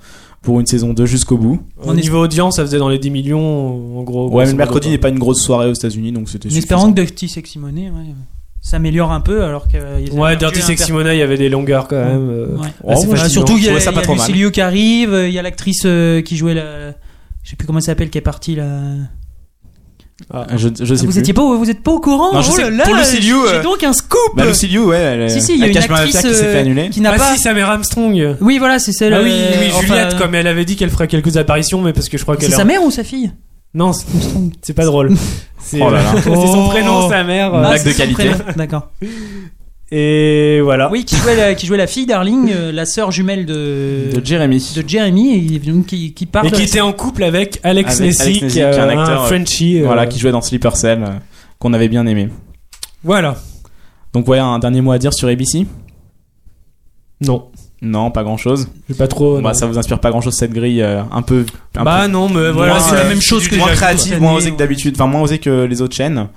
pour une saison 2 jusqu'au bout. Au niveau audience, ça faisait dans les 10 millions, en gros. Ouais, mais grosso le mercredi n'est modo, pas une grosse soirée aux États-Unis, donc c'était. en espérant suffisant. que Dirty Sexy Money ouais, euh, s'améliore un peu alors que euh, ils quoi. Ouais, avaient Dirty perdu un Sexy Mona, il y avait des longueurs quand même. euh. Ouais. Oh, c'est ouais, fatigant. surtout il y Je a, trouvais ça il y pas a trop mal. Lucy Liu qui arrive euh, il y a l'actrice euh, qui jouait la je sais plus comment elle s'appelle qui est partie là Ah. Je, je sais vous plus. étiez pas vous êtes pas au courant Non, je oh sais là que là pour Lucy Liu, j'ai euh, donc un scoop Bah, Lucy Liu, ouais. elle- si si il y a elle une cache ma actrice affaire qui s'est fait euh, annuler. Bah, qui n'a Ah pas si, Samara Armstrong. oui voilà c'est celle Ah oui, euh, oui, enfin, Juliette, comme elle avait dit qu'elle ferait quelques apparitions, mais parce que je crois c'est qu'elle. sa mère ou sa fille Non, c'est- c'est [LAUGHS] pas drôle. C'est Oh là là. [LAUGHS] c'est son prénom, sa mère. Blague euh, de c'est son qualité. Ah. prénom. D'accord. Et voilà. Oui, qui jouait, la, qui jouait la fille d'Arling, euh, la sœur jumelle de, De Jeremy. de Jeremy, et donc qui, euh, qui part. Et qui de- était en couple avec Avec Alex Alex Nessy, Nessy, qui est qui est un un acteur, euh, Frenchie. euh, Voilà, qui jouait dans Sleeper Cell, euh, qu'on avait bien aimé. Voilà. Donc voilà, un dernier mot à dire sur ABC Non, Non, pas grand chose. j'ai pas trop. bah, non. ça vous inspire pas grand chose cette grille euh, un peu. un Bah peu- non, mais moins, voilà, c'est la euh, même chose que Moins j'ai créative, accompagné, moins osée que ouais. d'habitude, enfin moins osée que les autres chaînes.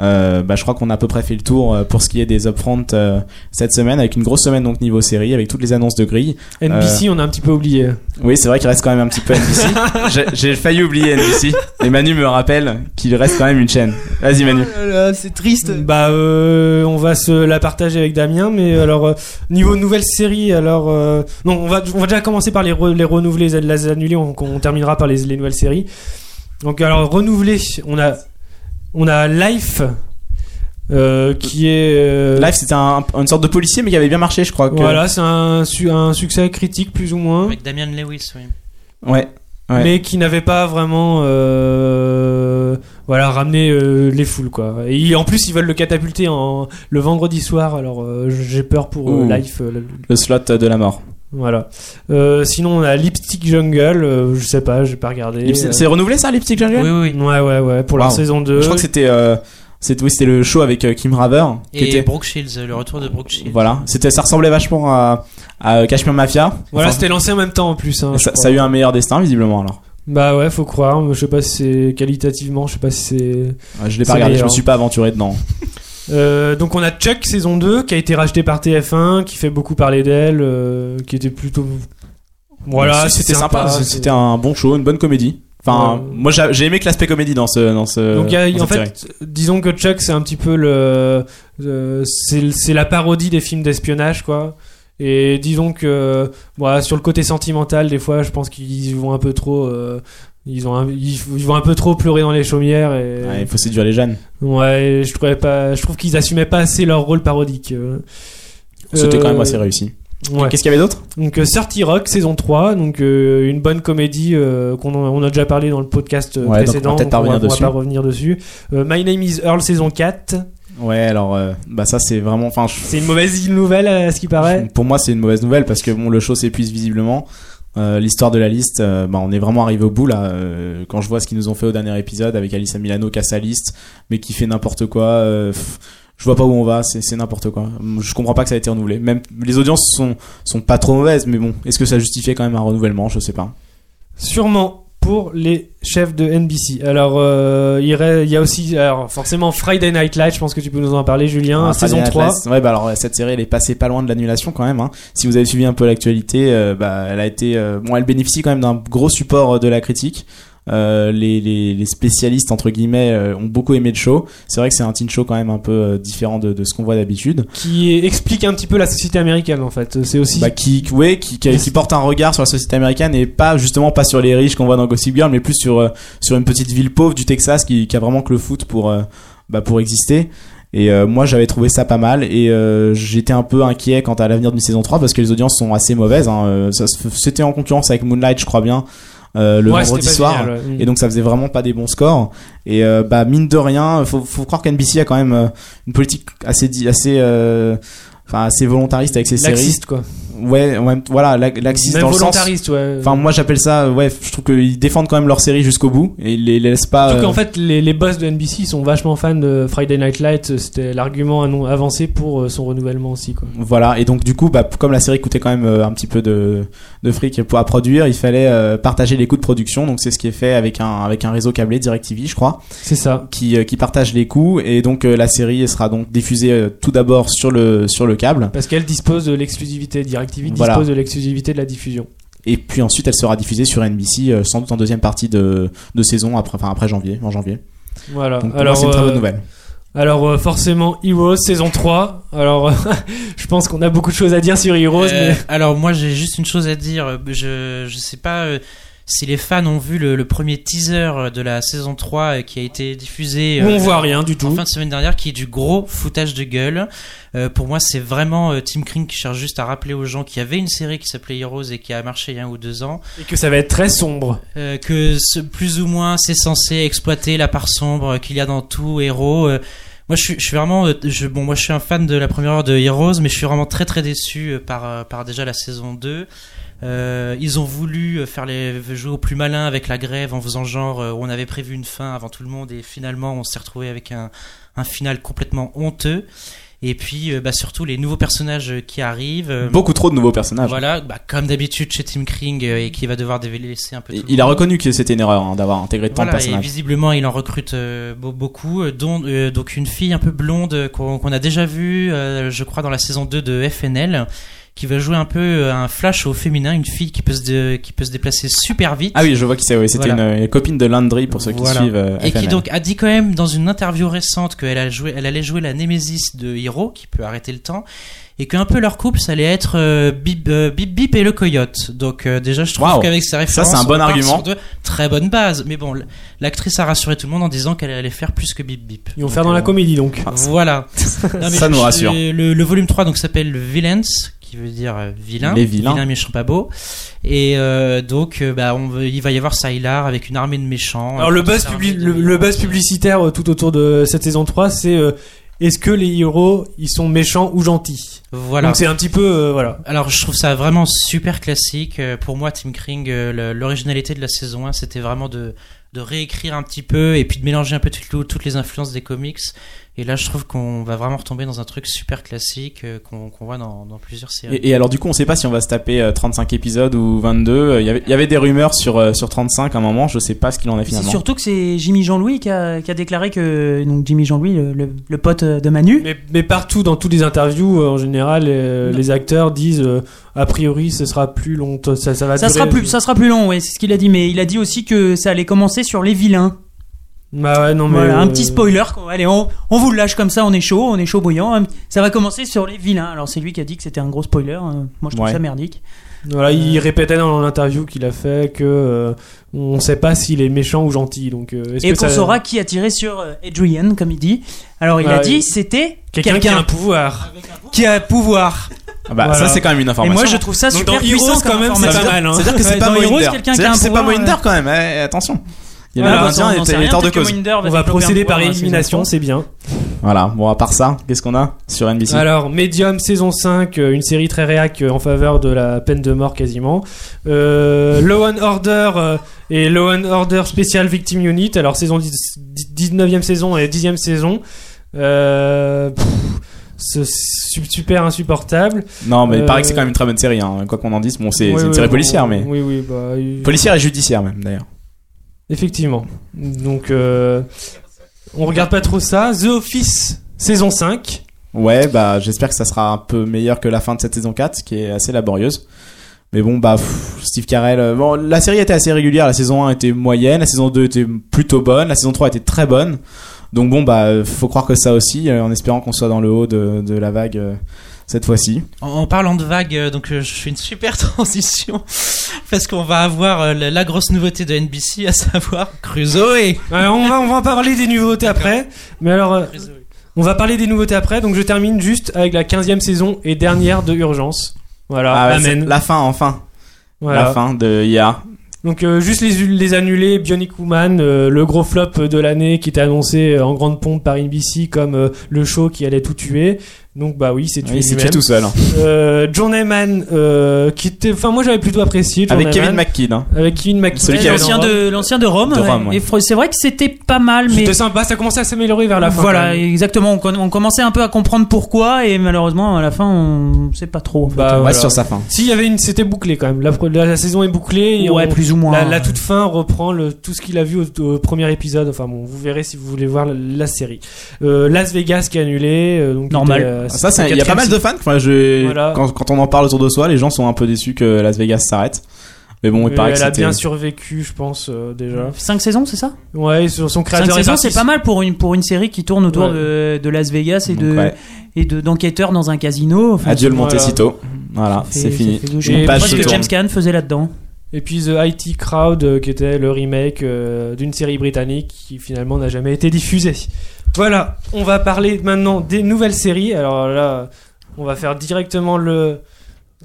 Euh, bah, je crois qu'on a à peu près fait le tour euh, pour ce qui est des upfront euh, cette semaine, avec une grosse semaine donc niveau série, avec toutes les annonces de grille. NBC, on a un petit peu oublié. Oui, c'est vrai qu'il reste quand même un petit peu NBC. [LAUGHS] J'ai- J'ai failli oublier NBC, et Manu me rappelle qu'il reste quand même une chaîne. Vas-y Manu. Oh c'est triste. Bah, euh, on va se la partager avec Damien, mais alors euh, niveau nouvelle série, alors euh, non, on va on va déjà commencer par les re- les renouveler, les- les annuler, on, on terminera par les, les nouvelles séries. Donc alors renouveler, on a on a Life euh, qui est euh, Life, c'était un- une sorte de policier, mais qui avait bien marché, je crois. Que... Voilà, c'est un, su- un succès critique plus ou moins, Avec Damian Lewis, oui. Ouais. ouais. mais qui n'avait pas vraiment euh, voilà ramené euh, les foules quoi. Et il- en plus ils veulent le catapulter en le vendredi soir, alors euh, j'ai peur pour euh, Ouh. Life. euh, le- Le slot de la mort. Voilà. Euh, sinon, on a Lipstick Jungle. euh, je sais pas, j'ai pas regardé. Lipstick- Euh, C'est renouvelé ça, Lipstick Jungle Oui, oui, oui. Ouais, ouais, ouais. Pour leur Wow. saison 2. Je crois que c'était euh, c'était- oui, c'était le show avec euh, Kim Raver. Qui Et était, Brooke Shields, le retour de Brooke Shields. voilà, c'était ça ressemblait vachement à, à Cashmere Mafia. Voilà, Enfin, c'était lancé en même temps en plus. hein, ça, je ça a crois. eu un meilleur destin visiblement alors. Bah ouais, faut croire. Je sais pas si c'est qualitativement, je sais pas si c'est. Euh, Je l'ai C'est pas regardé, je me meilleur. suis pas aventuré dedans. Euh, donc on a Chuck saison 2 qui a été racheté par TF1, qui fait beaucoup parler d'elle, euh, qui était plutôt. Voilà, Mais c'était Bah, sympa, c'est- c'était un bon show, une bonne comédie. Enfin, Ouais. moi j'a- j'ai aimé que l'aspect comédie dans ce dans ce. Donc il y a- dans en cette série. fait, disons que Chuck c'est un petit peu le, le- c'est c'est la parodie des films d'espionnage quoi. Et disons que voilà, sur le côté sentimental des fois, je pense qu'ils vont un peu trop euh, Ils, ont un- ils, ils vont un peu trop pleurer dans les chaumières. Et... Ouais, il faut séduire les jeunes. Ouais, je trouvais pas. Je trouve qu'ils assumaient pas assez leur rôle parodique. euh. C'était Euh, quand même assez réussi. ouais. Qu'est-ce qu'il y avait d'autre Donc euh, 30 Rock saison 3, donc euh, une bonne comédie euh, qu'on a, on a déjà parlé dans le podcast euh, Ouais, donc on va précédent. peut-être pas on va, revenir on va dessus. pas revenir dessus. Euh, My Name Is Earl saison 4, Ouais, alors euh, bah ça c'est vraiment, enfin, je- c'est une mauvaise [LAUGHS] nouvelle à ce qui paraît. pour moi c'est une mauvaise nouvelle parce que bon le show s'épuise visiblement. Euh, L'histoire de la liste, euh, bah, on est vraiment arrivé au bout là. euh, quand je vois ce qu'ils nous ont fait au dernier épisode avec Alissa Milano qui a sa liste, mais qui fait n'importe quoi, euh, pff, je vois pas où on va. C'est c'est n'importe quoi. Hum, Je comprends pas que ça a été renouvelé. Même les audiences sont sont pas trop mauvaises, mais bon, est-ce que ça justifiait quand même un renouvellement Je sais pas. Sûrement pour les chefs de NBC. Alors euh, il re- il y a aussi alors forcément Friday Night Live, je pense que tu peux nous en parler Julien, Ah, saison Friday Night 3. Lights. Ouais, bah alors cette série elle est passée pas loin de l'annulation quand même. hein. Si vous avez suivi un peu l'actualité, euh, bah elle a été, euh, bon, elle bénéficie quand même d'un gros support euh, de la critique. Euh, les, les, les spécialistes entre guillemets euh, ont beaucoup aimé le show. C'est vrai que c'est un teen show quand même un peu euh, différent de, de ce qu'on voit d'habitude. qui explique un petit peu la société américaine en fait. C'est aussi Bah, qui, qui- ouais, qui, qui, qui porte un regard sur la société américaine et pas justement pas sur les riches qu'on voit dans Gossip Girl, mais plus sur euh, sur une petite ville pauvre du Texas qui, qui a vraiment que le foot pour euh, bah, pour exister. Et euh, moi j'avais trouvé ça pas mal et euh, j'étais un peu inquiet quant à l'avenir d'une saison 3 parce que les audiences sont assez mauvaises. hein. Euh, ça se- C'était en concurrence avec Moonlight, je crois bien, euh, le Ouais, vendredi c'était pas soir. génial, ouais. Et donc ça faisait vraiment pas des bons scores. Et euh, bah mine de rien, faut, faut croire qu'NBC a quand même euh, une politique assez di- assez euh, enfin assez volontariste avec ses séries. laxiste quoi. Ouais, en même- voilà, la- laxiste Même euh. dans le sens. volontariste ouais. Enfin, moi j'appelle ça, ouais, je trouve qu'ils défendent quand même leur série jusqu'au bout et ils les laissent pas. Surtout euh, qu'en fait, les, les boss de NBC sont vachement fans de Friday Night Lights. C'était l'argument annon- avancé pour euh, son renouvellement aussi. Quoi. Voilà, et donc du coup, bah, comme la série coûtait quand même euh, un petit peu de, de fric pour, à produire, il fallait euh, partager les coûts de production, donc c'est ce qui est fait avec un, avec un réseau câblé, DirecTV, je crois. C'est ça. qui, euh, qui partagent les coûts et donc euh, la série elle sera donc diffusée euh, tout d'abord sur le sur le câble Parce qu'elle dispose de l'exclusivité. DirecTV dispose Voilà. de l'exclusivité de la diffusion. et puis ensuite elle sera diffusée sur NBC euh, sans doute en deuxième partie de, de saison après enfin après janvier en janvier Voilà. donc pour moi, alors, c'est une très euh, bonne nouvelle alors euh, forcément, Heroes saison 3. Alors, [LAUGHS] je pense qu'on a beaucoup de choses à dire sur Heroes. Euh, mais... Alors moi j'ai juste une chose à dire, je, je sais pas euh, si les fans ont vu le, le premier teaser de la saison 3 euh, qui a été diffusé Où euh, on voit rien du tout. en fin de semaine dernière qui est du gros foutage de gueule. Euh, pour moi c'est vraiment euh, Tim Kring qui cherche juste à rappeler aux gens qu'il y avait une série qui s'appelait Heroes et qui a marché il y a un ou deux ans. Et que ça va être très sombre. Euh, que ce, plus ou moins c'est censé exploiter la part sombre qu'il y a dans tout héros. Euh, moi, je suis, je suis vraiment, euh, je, bon, moi, je suis un fan de la première heure de Heroes, mais je suis vraiment très très déçu euh, par euh, par déjà la saison 2. Euh, ils ont voulu euh, faire les jouer au plus malin avec la grève en faisant genre euh, on avait prévu une fin avant tout le monde et finalement on s'est retrouvé avec un un final complètement honteux. Et puis, euh, bah, surtout les nouveaux personnages euh, qui arrivent. euh, beaucoup trop de nouveaux personnages voilà, bah, comme d'habitude chez Tim Kring euh, et qui va devoir délaisser un peu. Et tout le il a monde. reconnu que c'était une erreur hein, d'avoir intégré tant Voilà, de et personnages visiblement, il en recrute euh, be- beaucoup, euh, dont euh, donc une fille un peu blonde euh, qu'on qu'on a déjà vue, euh, je crois, dans la saison 2 de FNL, qui va jouer un peu euh, un flash au féminin, une fille qui peut se, dé- qui peut se déplacer super vite. ah oui je vois qui c'est ouais, c'était Voilà. une, une copine de Landry pour ceux qui Voilà. suivent euh, Et qui FML. donc a dit quand même dans une interview récente qu'elle a joué, elle allait jouer la némésis de Hiro, qui peut arrêter le temps, et qu'un peu leur couple, ça allait être euh, Bip, euh, Bip Bip et le Coyote. Donc euh, déjà, je trouve Waouh. qu'avec ces références, c'est un on bon part argument. sur de très bonnes bases. Mais bon, l- l'actrice a rassuré tout le monde en disant qu'elle allait faire plus que Bip Bip. Ils vont Donc, faire dans euh, la comédie donc. Ah, c'est- [LAUGHS] Voilà. Non, mais Ça nous je- rassure. Le, le volume 3 donc s'appelle Villains, qui veut dire euh, vilain. Les vilains. Vilain, méchant, pas beau. Et euh, donc, euh, bah, on, veut- il va y avoir Sylar avec une armée de méchants. Alors le Toute buzz, cette publi- armée de le, le vilains. buzz publicitaire euh, tout autour de cette saison 3, c'est euh, est-ce que les héros, ils sont méchants ou gentils Voilà. Donc c'est un petit peu euh, voilà. Alors je trouve ça vraiment super classique. Euh, Pour moi, Tim Kring, euh, le- l'originalité de la saison 1, c'était vraiment de, de réécrire un petit peu et puis de mélanger un peu toutes, toutes les influences des comics. Et là, je trouve qu'on va vraiment retomber dans un truc super classique euh, qu'on qu'on voit dans, dans plusieurs séries. Et, et alors du coup, on sait pas si on va se taper euh, 35 épisodes ou 22. Euh, Il y avait, il y avait des rumeurs sur euh, sur 35 à un moment. Je sais pas ce qu'il en est C'est finalement. surtout que c'est Jimmy Jean-Louis qui a, qui a déclaré que donc Jimmy Jean-Louis, le, le- le pote de Manu, Mais, mais partout dans toutes les interviews, euh, en général, euh, Non. les acteurs disent euh, a priori ce sera plus long, ça, ça va. ça durer- sera plus, ça sera plus long, ouais, c'est ce qu'il a dit. Mais il a dit aussi que ça allait commencer sur les vilains. Bah ouais, non, mais. Voilà, un euh, petit spoiler. quoi. Allez, on, on vous le lâche comme ça, on est chaud, on est chaud bouillant. Hum, Ça va commencer sur les vilains. Alors, c'est lui qui a dit que c'était un gros spoiler. euh, Moi, je trouve Ouais. ça merdique. euh, Voilà, Euh. il répétait dans l'interview qu'il a fait que euh, on sait pas s'il est méchant ou gentil. Donc, euh, est-ce Et que qu'on ça- saura qui a tiré sur euh, Adrian, comme il dit. Alors, il Ouais, a dit, il- c'était quelqu'un quelqu'un qui a un pouvoir. qui a pouvoir. Ah bah, Voilà. ça c'est quand même une Et information. moi, je trouve ça Donc, super dans Heroes, puissant quand comme même, Ça c'est veut information. dire- pas mal, hein. C'est-à-dire que c'est Ouais, pas dans Heroes, Moinder. quelqu'un qui a C'est-à-dire un que c'est pas pouvoir, Moinder quand même. eh, Attention. Il y en Voilà, a un bah, ça, on indien n'en et sait t'es rien, tort de peut-être que cause. Minder On va développer un procéder par pouvoir hein, à ses élimination, c'est bien. Voilà, bon, à part ça, qu'est-ce qu'on a sur NBC Alors, Medium saison 5, euh, une série très réac euh, en faveur de la peine de mort quasiment. Euh, Law and Order euh, et Law and Order Special Victim Unit. Alors, saison 10 19e saison et 10e saison. Euh, pff, c'est su- super insupportable. Non, mais il paraît que euh, c'est quand même une très bonne série. hein. Quoi qu'on en dise, bon, c'est Oui, c'est une oui, série bon, policière, mais. Oui, oui, bah, il- Policière et judiciaire, même d'ailleurs. Effectivement. Donc, euh, on regarde pas trop ça. The Office, saison 5. Ouais, bah, j'espère que ça sera un peu meilleur que la fin de cette saison 4, qui est assez laborieuse. Mais bon, bah, pff, Steve Carell. euh, Bon, la série était assez régulière. La saison 1 était moyenne, la saison 2 était plutôt bonne, la saison 3 était très bonne. Donc bon, bah, euh, faut croire que ça aussi, euh, en espérant qu'on soit dans le haut de, de la vague euh, cette fois-ci. En, en parlant de vagues, euh, donc euh, je fais une super [LAUGHS] transition parce qu'on va avoir euh, la, la grosse nouveauté de NBC, à savoir Crusoe. Alors, Euh, on va, on va en parler des nouveautés après. Mais alors, euh, Crusoe. on va parler des nouveautés après. Donc, je termine juste avec la 15e saison et dernière de Urgence. Voilà, Ah ouais, c'est amen. La fin, enfin. Voilà. La fin de IA. Donc, euh, juste les, les annulés. Bionic Woman, euh, le gros flop de l'année qui était annoncé euh, en grande pompe par NBC comme euh, le show qui allait tout tuer. Donc, bah oui, c'est tué Il s'est tué lui-même. tout seul. hein. Euh, John Heyman, euh, qui était, enfin moi j'avais plutôt apprécié. John Avec Kevin Heyman. McKean. hein. avec Kevin McKinney. Celui qui Ouais, avait- l'ancien de l'ancien de Rome. De ouais. Rome, ouais. Et fr- c'est vrai que c'était pas mal, mais C'était sympa, ça commençait à s'améliorer vers la fin. quand voilà, même. exactement. On, con- on commençait un peu à comprendre pourquoi, et malheureusement, à la fin, on sait pas trop. en fait. Bah, On voilà. reste sur sa fin. Si, il y avait une, c'était bouclé quand même. La, pro- la- la saison est bouclée. Et ouais, on- plus ou moins. la, la toute fin reprend le, tout ce qu'il a vu au, au premier épisode. Enfin bon, vous verrez si vous voulez voir la, la série. Euh, Las Vegas qui est annulé. euh, donc Normal. Ah, c'était, euh, Ça, c'est- c'était il y a pas quatrième mal de fans. Enfin, je, Voilà. quand, quand on en parle autour de soi, les gens sont un peu déçus que Las Vegas s'arrête. Mais bon, il Mais paraît que elle a c'était. bien survécu, je pense euh, déjà. Cinq saisons, c'est ça Ouais, sur son Cinq créateur. est saisons, parti. c'est pas mal pour une pour une série qui tourne autour Ouais. de, de Las Vegas et Donc, de ouais. et de d'enquêteurs dans un casino. Enfin, Adieu le Voilà. Montecito. Voilà, ça c'est fait- fini. ça fait deux Une choses. Et page Je se sais pas ce que tourne. James Caan faisait là-dedans. Et puis The IT Crowd, euh, qui était le remake euh, d'une série britannique qui finalement n'a jamais été diffusée. Voilà, on va parler maintenant des nouvelles séries. Alors là, on va faire directement le.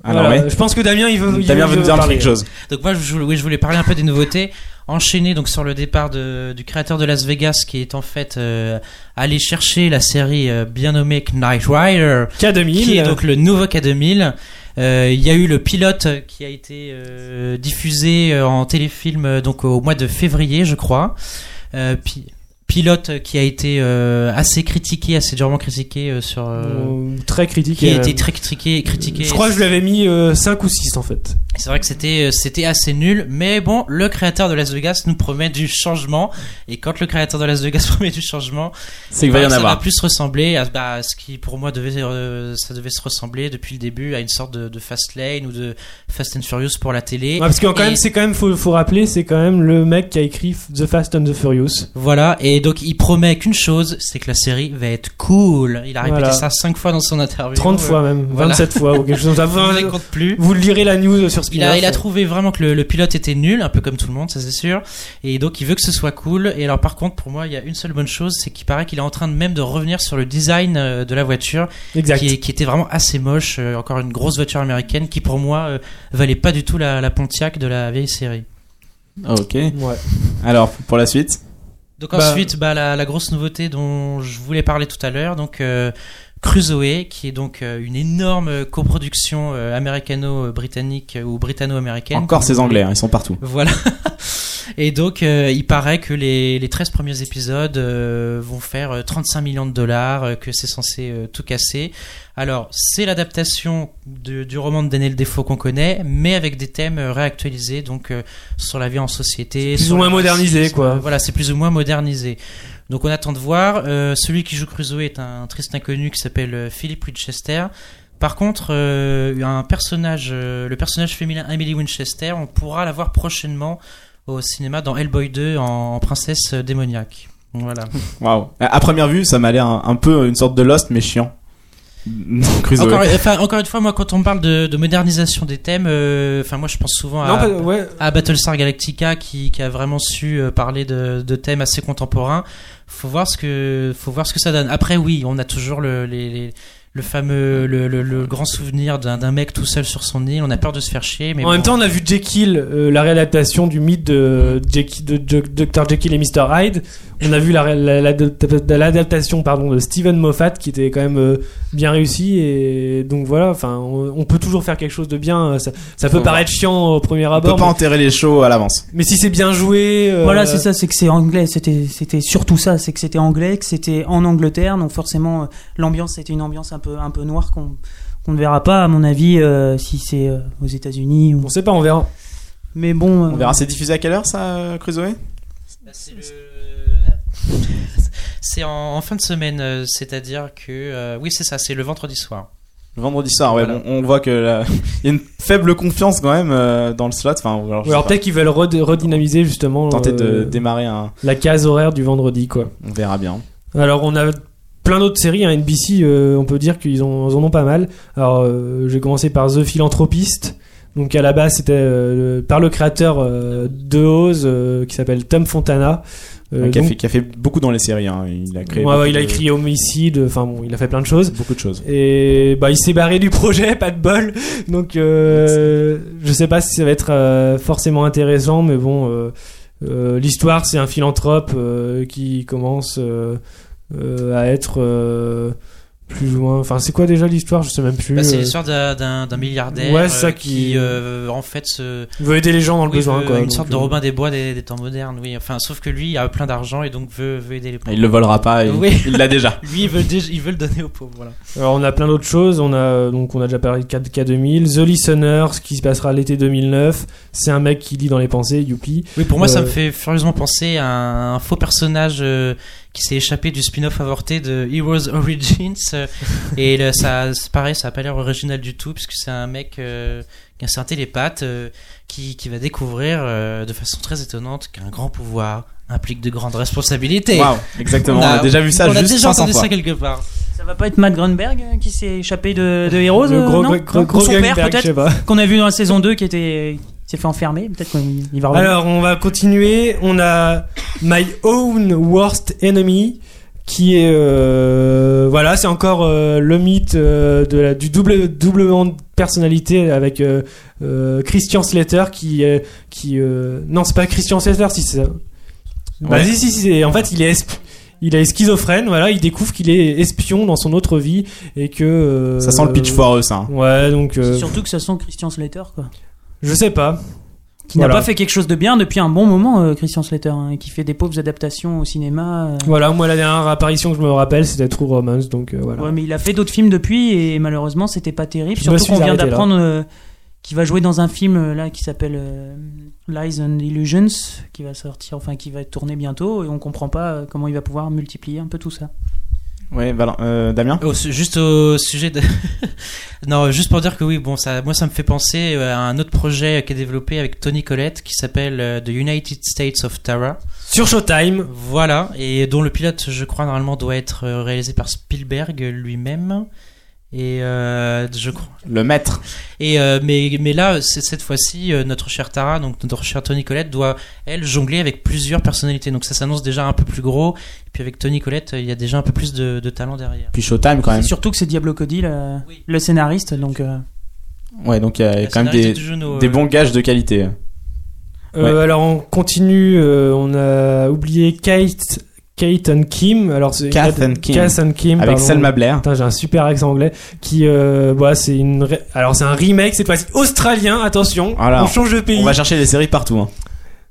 Alors, Voilà, Ah ouais. Je pense que Damien, il veut. il Damien veut veut- il nous veut dire parler. quelque chose. Donc moi, je, voulais- oui, je voulais parler un peu des nouveautés. Enchaîné donc sur le départ de- du créateur de Las Vegas, qui est en fait euh, allé chercher la série euh, bien nommée Knight Rider, K2000. qui est donc le nouveau K2000. Euh, Il y a eu le pilote qui a été euh, diffusé euh, en téléfilm euh, donc au mois de février, je crois. Euh, pi- pilote qui a été euh, assez critiqué, assez durement critiqué euh, sur. euh, Euh, très critique. qui a euh, été très critiqué, critiqué. Je crois que je lui avais mis 5 ou 6 en fait. C'est vrai que c'était euh, c'était assez nul, mais bon, le créateur de Las Vegas nous promet du changement, et quand le créateur de Las Vegas [LAUGHS] promet du changement, C'est qu'il va y en ça va avoir. plus ressembler à bah, à ce qui pour moi devait euh, ça devait se ressembler depuis le début à une sorte de, de Fast Lane ou de Fast and Furious pour la télé. Ouais, parce que quand et- même, c'est quand même, faut, faut rappeler, c'est quand même le mec qui a écrit The Fast and the Furious. Voilà, et donc il promet qu'une chose, c'est que la série va être cool. Il a répété Voilà. ça cinq fois dans son interview. 30 fois même, voilà. 27 fois ou quelque chose [LAUGHS] comme Je ne ça. les compte plus. Vous lirez la news sur Il Spin-off. a, il a trouvé vraiment que le, le pilote était nul, un peu comme tout le monde, ça c'est sûr. Et donc il veut que ce soit cool. Et alors par contre, pour moi, il y a une seule bonne chose, c'est qu'il paraît qu'il est en train de même de revenir sur le design euh, de la voiture, Exact. qui, est- qui était vraiment assez moche. euh, Encore une grosse voiture américaine qui pour moi euh, valait pas du tout la, la Pontiac de la vieille série. Ah, Ok. Ouais. Alors, pour la suite. Donc Bah- ensuite, bah, la, la grosse nouveauté dont je voulais parler tout à l'heure, donc euh, Crusoe, qui est donc euh, une énorme coproduction euh, américano-britannique euh, ou britanno-américaine. Encore Comme ces vous Anglais, voulez. hein, ils sont partout. Voilà. Et donc, euh, il paraît que les, les 13 premiers épisodes euh, vont faire euh, 35 millions de dollars, euh, que c'est censé euh, tout casser. Alors, c'est l'adaptation de- du roman de Daniel Defoe qu'on connaît, mais avec des thèmes euh, réactualisés, donc euh, sur la vie en société. Plus sur ou moins le modernisé, racisme. quoi. Voilà, c'est plus ou moins modernisé. Donc, on attend de voir. Euh, celui qui joue Crusoe est un triste inconnu qui s'appelle euh, Philip Winchester. Par contre, euh, un personnage, euh, le personnage féminin Emily Winchester, on pourra la voir prochainement au cinéma dans Hellboy 2 en, en princesse démoniaque. Voilà. Waouh. À première vue, ça m'a l'air un, un peu une sorte de Lost, mais chiant. [LAUGHS] Crusoe. Encore, enfin, encore une fois, moi, quand on parle de, de modernisation des thèmes, euh, enfin, moi, je pense souvent à, Non, pas- ouais. à Battlestar Galactica qui, qui a vraiment su euh, parler de, de thèmes assez contemporains. Faut voir ce que faut voir ce que ça donne. Après oui, on a toujours le les- les- le fameux le, le- le grand souvenir d'un d'un mec tout seul sur son île. On a peur de se faire chier, mais en même bon. temps, on a vu Jekyll, euh, la réadaptation du mythe de, Jekyll- de Jo- Dr. Jekyll et Mr. Hyde. On a vu la ré- la- la- la- l'adaptation pardon, de Steven Moffat qui était quand même euh, bien réussi. Et donc voilà, enfin, on, on peut toujours faire quelque chose de bien. Ça, ça peut Faut paraître chiant au premier On peut abord, pas mais, enterrer les shows à l'avance. mais si c'est bien joué. euh, Voilà, c'est ça, c'est que c'est anglais, c'était c'était surtout ça, c'est que c'était anglais, que c'était en Angleterre, donc forcément euh, l'ambiance c'était une ambiance un peu un peu noire qu'on qu'on ne verra pas à mon avis euh, si c'est euh, aux États-Unis ou On sait pas, on verra. mais bon euh, On verra, c'est diffusé à quelle heure ça, euh, Crusoe Bah, C'est le- [LAUGHS] c'est en, en fin de semaine, euh, c'est-à-dire que euh, oui, c'est ça, c'est le vendredi soir. Le vendredi soir, ouais. Voilà. bon, on voit que la- [LAUGHS] il y a une faible confiance quand même euh, dans le slot. Enfin, ou alors, Ou je alors sais pas, peut-être qu'ils veulent rede- redynamiser justement tenter de euh, démarrer un. la case horaire du vendredi, quoi. On verra bien. Alors on a plein d'autres séries, hein, NBC, euh, on peut dire qu'ils ont- ils en ont pas mal. Alors euh, j'ai commencé par The Philanthropist. Donc à la base c'était euh, par le créateur euh, de Oz euh, qui s'appelle Tom Fontana. Euh, qui, a donc- fait, qui a fait beaucoup dans les séries. hein. Il a créé. Ouais, beaucoup ouais, il a de- écrit Homicide, enfin bon, il a fait plein de choses. beaucoup de choses. Et bah il s'est barré du projet, [LAUGHS] pas de bol. Donc euh, je sais pas si ça va être euh, forcément intéressant, mais bon, euh, euh, l'histoire c'est un philanthrope euh, qui commence euh, euh, à être euh, plus ou moins. Enfin c'est quoi déjà l'histoire Je sais même plus. Bah, c'est Euh, l'histoire d'un- d'un d'un milliardaire Ouais, c'est ça euh, qui- euh, en fait se il veut aider les gens dans le Oui, besoin. veut- quoi. une Donc, sorte de euh, Robin des Bois des, des temps modernes, oui. Enfin, sauf que lui, il a plein d'argent et donc veut, veut aider les pauvres. Ah, Il le volera pas. Il Oui. il l'a déjà. Lui, il veut, déjà- il veut le donner aux pauvres, voilà. Alors on a plein d'autres choses, on a donc on a déjà parlé de K- K2000, The Listener, ce qui se passera l'été 2009, c'est un mec qui lit dans les pensées, youpi. Oui, pour moi, ça Euh, me fait furieusement penser à un faux personnage euh, qui s'est échappé du spin-off avorté de Heroes Origins. euh, et là, ça, c'est pareil, ça n'a pas l'air original du tout, puisque c'est un mec euh, qui est un télépathe euh, qui, qui va découvrir euh, de façon très étonnante qu'un grand pouvoir implique de grandes responsabilités. Waouh, exactement. On a, déjà vu ça Bah, on a juste déjà 500 entendu fois. ça quelque part. ça va pas être Matt Grunberg euh, qui s'est échappé de, de Heroes Le euh, gros, non gros- gros- Ou gros son père Gangberg, je sais peut-être pas. qu'on a vu dans la saison 2 qui était qui s'est fait enfermer peut-être qu'il il va revenir Alors, on va continuer. On a My Own Worst Enemy, qui est. euh, voilà, c'est encore euh, le mythe euh, de la- du double, doublement de personnalité avec euh, euh, Christian Slater qui. euh, qui euh, non, c'est pas Christian Slater, si c'est ça. Bah, Ouais. si, si, si, c'est- en fait, il est. esp- il est schizophrène, voilà, il découvre qu'il est espion dans son autre vie et que. euh, Ça sent le pitch foireux, ça. hein. Ouais, donc. euh, C'est surtout que ça sent Christian Slater quoi je sais pas. qui n'a Voilà. pas fait quelque chose de bien depuis un bon moment euh, Christian Slater hein, et qui fait des pauvres adaptations au cinéma euh. Voilà, moi la dernière apparition que je me rappelle, c'était True Romance, donc euh, voilà. Ouais, mais il a fait d'autres films depuis et malheureusement c'était pas terrible. Je me Surtout suis qu'on vient arrêté là. d'apprendre euh, qu'il va jouer dans un film euh, là qui s'appelle euh, Lies and Illusions, qui va sortir, enfin qui va être tourné bientôt et on comprend pas euh, comment il va pouvoir multiplier un peu tout ça. Ouais, Valen- euh, Damien. Au su- juste au sujet de. [LAUGHS] non, juste pour dire que oui, bon, ça, moi, ça me fait penser euh, à un autre projet qui est développé avec Tony Collette qui s'appelle euh, The United States of Tara. Sur Showtime, Voilà, et dont le pilote, je crois, normalement, doit être euh, réalisé par Spielberg lui-même. Et euh, je crois. Le maître. Et euh, mais, mais là, c'est- cette fois-ci, euh, notre chère Tara, donc notre chère Tony Collette, doit, elle, jongler avec plusieurs personnalités. Donc ça s'annonce déjà un peu plus gros. Et puis avec Tony Collette, euh, il y a déjà un peu plus de, de talent derrière. Puis Showtime quand Et même. surtout que c'est Diablo Cody le, Oui. le scénariste, donc euh, Ouais, donc il y a La quand même scénariste des, du Juno, des euh, bons gages de qualité. Euh, Ouais. alors on continue, euh, on a oublié Kate, Kate and Kim, alors c'est Kath and Kim. Kath and Kim, Avec pardon. Selma Blair. Putain, j'ai un super accent anglais qui, euh, bah, c'est une, ré- alors c'est un remake cette fois-ci australien, attention, Voilà. on change de pays. On va chercher des séries partout. hein.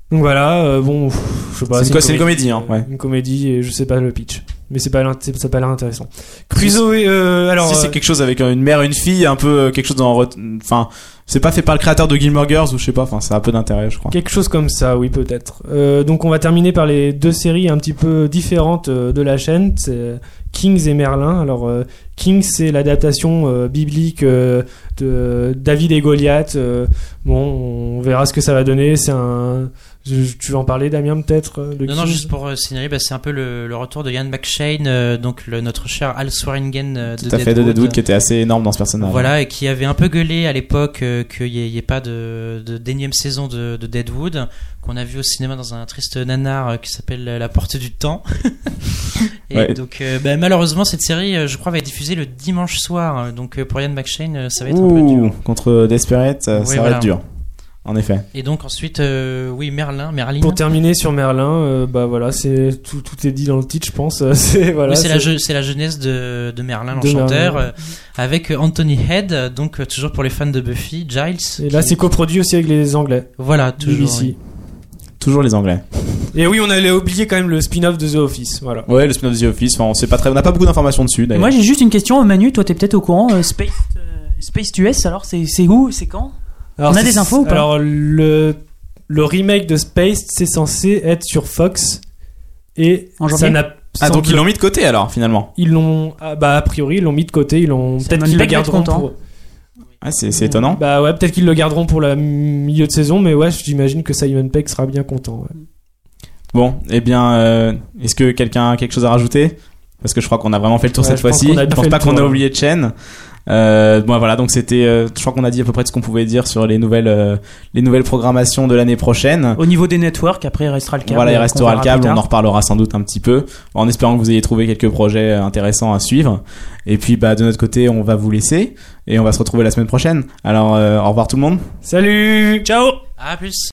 Donc voilà, euh, bon, pff, je sais pas. C'est une co- c'est une comédie, hein, ouais. Une comédie et je sais pas le pitch, mais c'est pas, l'int- c'est- ça a pas l'air intéressant. Crusoe, euh, alors. si euh, c'est quelque chose avec euh, une mère, une fille, un peu euh, quelque chose dans, re- enfin, c'est pas fait par le créateur de Gilmore Girls ou je sais pas, enfin, ça a un peu d'intérêt, je crois. Quelque chose comme ça, oui, peut-être. Euh, donc, on va terminer par les deux séries un petit peu différentes euh, de la chaîne. C'est euh, Kings et Merlin. Alors, euh, Kings, c'est l'adaptation euh, biblique euh, de David et Goliath. Euh, bon, on verra ce que ça va donner. C'est un. Je- Tu veux en parler, Damien, peut-être euh, de Non, qui non, juste pour euh, signaler, bah, c'est un peu le, le retour de Ian McShane, euh, donc le- notre cher Al Swaringen euh, de Tout à fait, de Deadwood qui était assez énorme dans ce Bah personnage. Voilà, et qui avait un peu gueulé à l'époque euh, qu'il n'y ait, il y ait pas de, de- d'énième saison de, de Deadwood, qu'on a vu au cinéma dans un triste nanar euh, qui s'appelle euh, La Porte du Temps. [LAUGHS] et Ouais. donc, euh, bah, malheureusement, cette série, euh, je crois, va être diffusée le dimanche soir. hein, Donc, euh, pour Ian McShane, euh, ça va être un peu dur. Ouh, contre Desperate, euh, Oui, ça va voilà. être dur. En effet. Et donc, ensuite, euh, oui, Merlin, Merlin. Pour terminer sur Merlin, euh, bah voilà, c'est tout, tout est dit dans le titre, je pense. [LAUGHS] C'est voilà. Oui, c'est la, je- c'est la jeunesse de, de De Merlin, l'enchanteur, Merlin. euh, avec Anthony Head, euh, donc euh, toujours pour les fans de Buffy, Giles. Et là, qui- c'est coproduit aussi avec les Anglais. Voilà, toujours. BBC. Toujours les Anglais. Et oui, on allait oublier quand même le spin-off de The Office. Voilà. Ouais, le spin-off de The Office, enfin, on sait pas très, on n'a pas beaucoup d'informations dessus Et d'ailleurs. moi j'ai juste une question, euh, Manu, toi t'es peut-être au courant, euh, Space, euh, Space US alors c'est c'est où, c'est quand Alors, On a c'est- des infos ou pas Alors le le remake de Space, c'est censé être sur Fox et En janvier ça n'a ah, donc semble- ils l'ont mis de côté alors, finalement. ils l'ont ah, bah a priori ils l'ont mis de côté, ils l'ont Ça peut-être donne qu'ils pas le que d'être garderont content. pour Ah, c'est c'est étonnant. Bah ouais, peut-être qu'ils le garderont pour la milieu de saison, mais ouais, j'imagine que Simon Peck sera bien content. ouais. Bon, eh bien, euh, est-ce que quelqu'un a quelque chose à rajouter Parce que je crois qu'on a vraiment fait le tour Ouais, cette je pense fois-ci. qu'on a Je bien pense fait pas le qu'on a tour. hein. oublié de chaîne. Euh, bon voilà donc c'était euh, je crois qu'on a dit à peu près ce qu'on pouvait dire sur les nouvelles euh, les nouvelles programmations de l'année prochaine Au niveau des networks, après il restera le câble. voilà il euh, qu'on restera le verra plus câble on tard. en reparlera sans doute un petit peu en espérant que vous ayez trouvé quelques projets euh, intéressants à suivre et puis bah de notre côté on va vous laisser et on va se retrouver la semaine prochaine alors euh, au revoir tout le monde Salut Ciao À plus.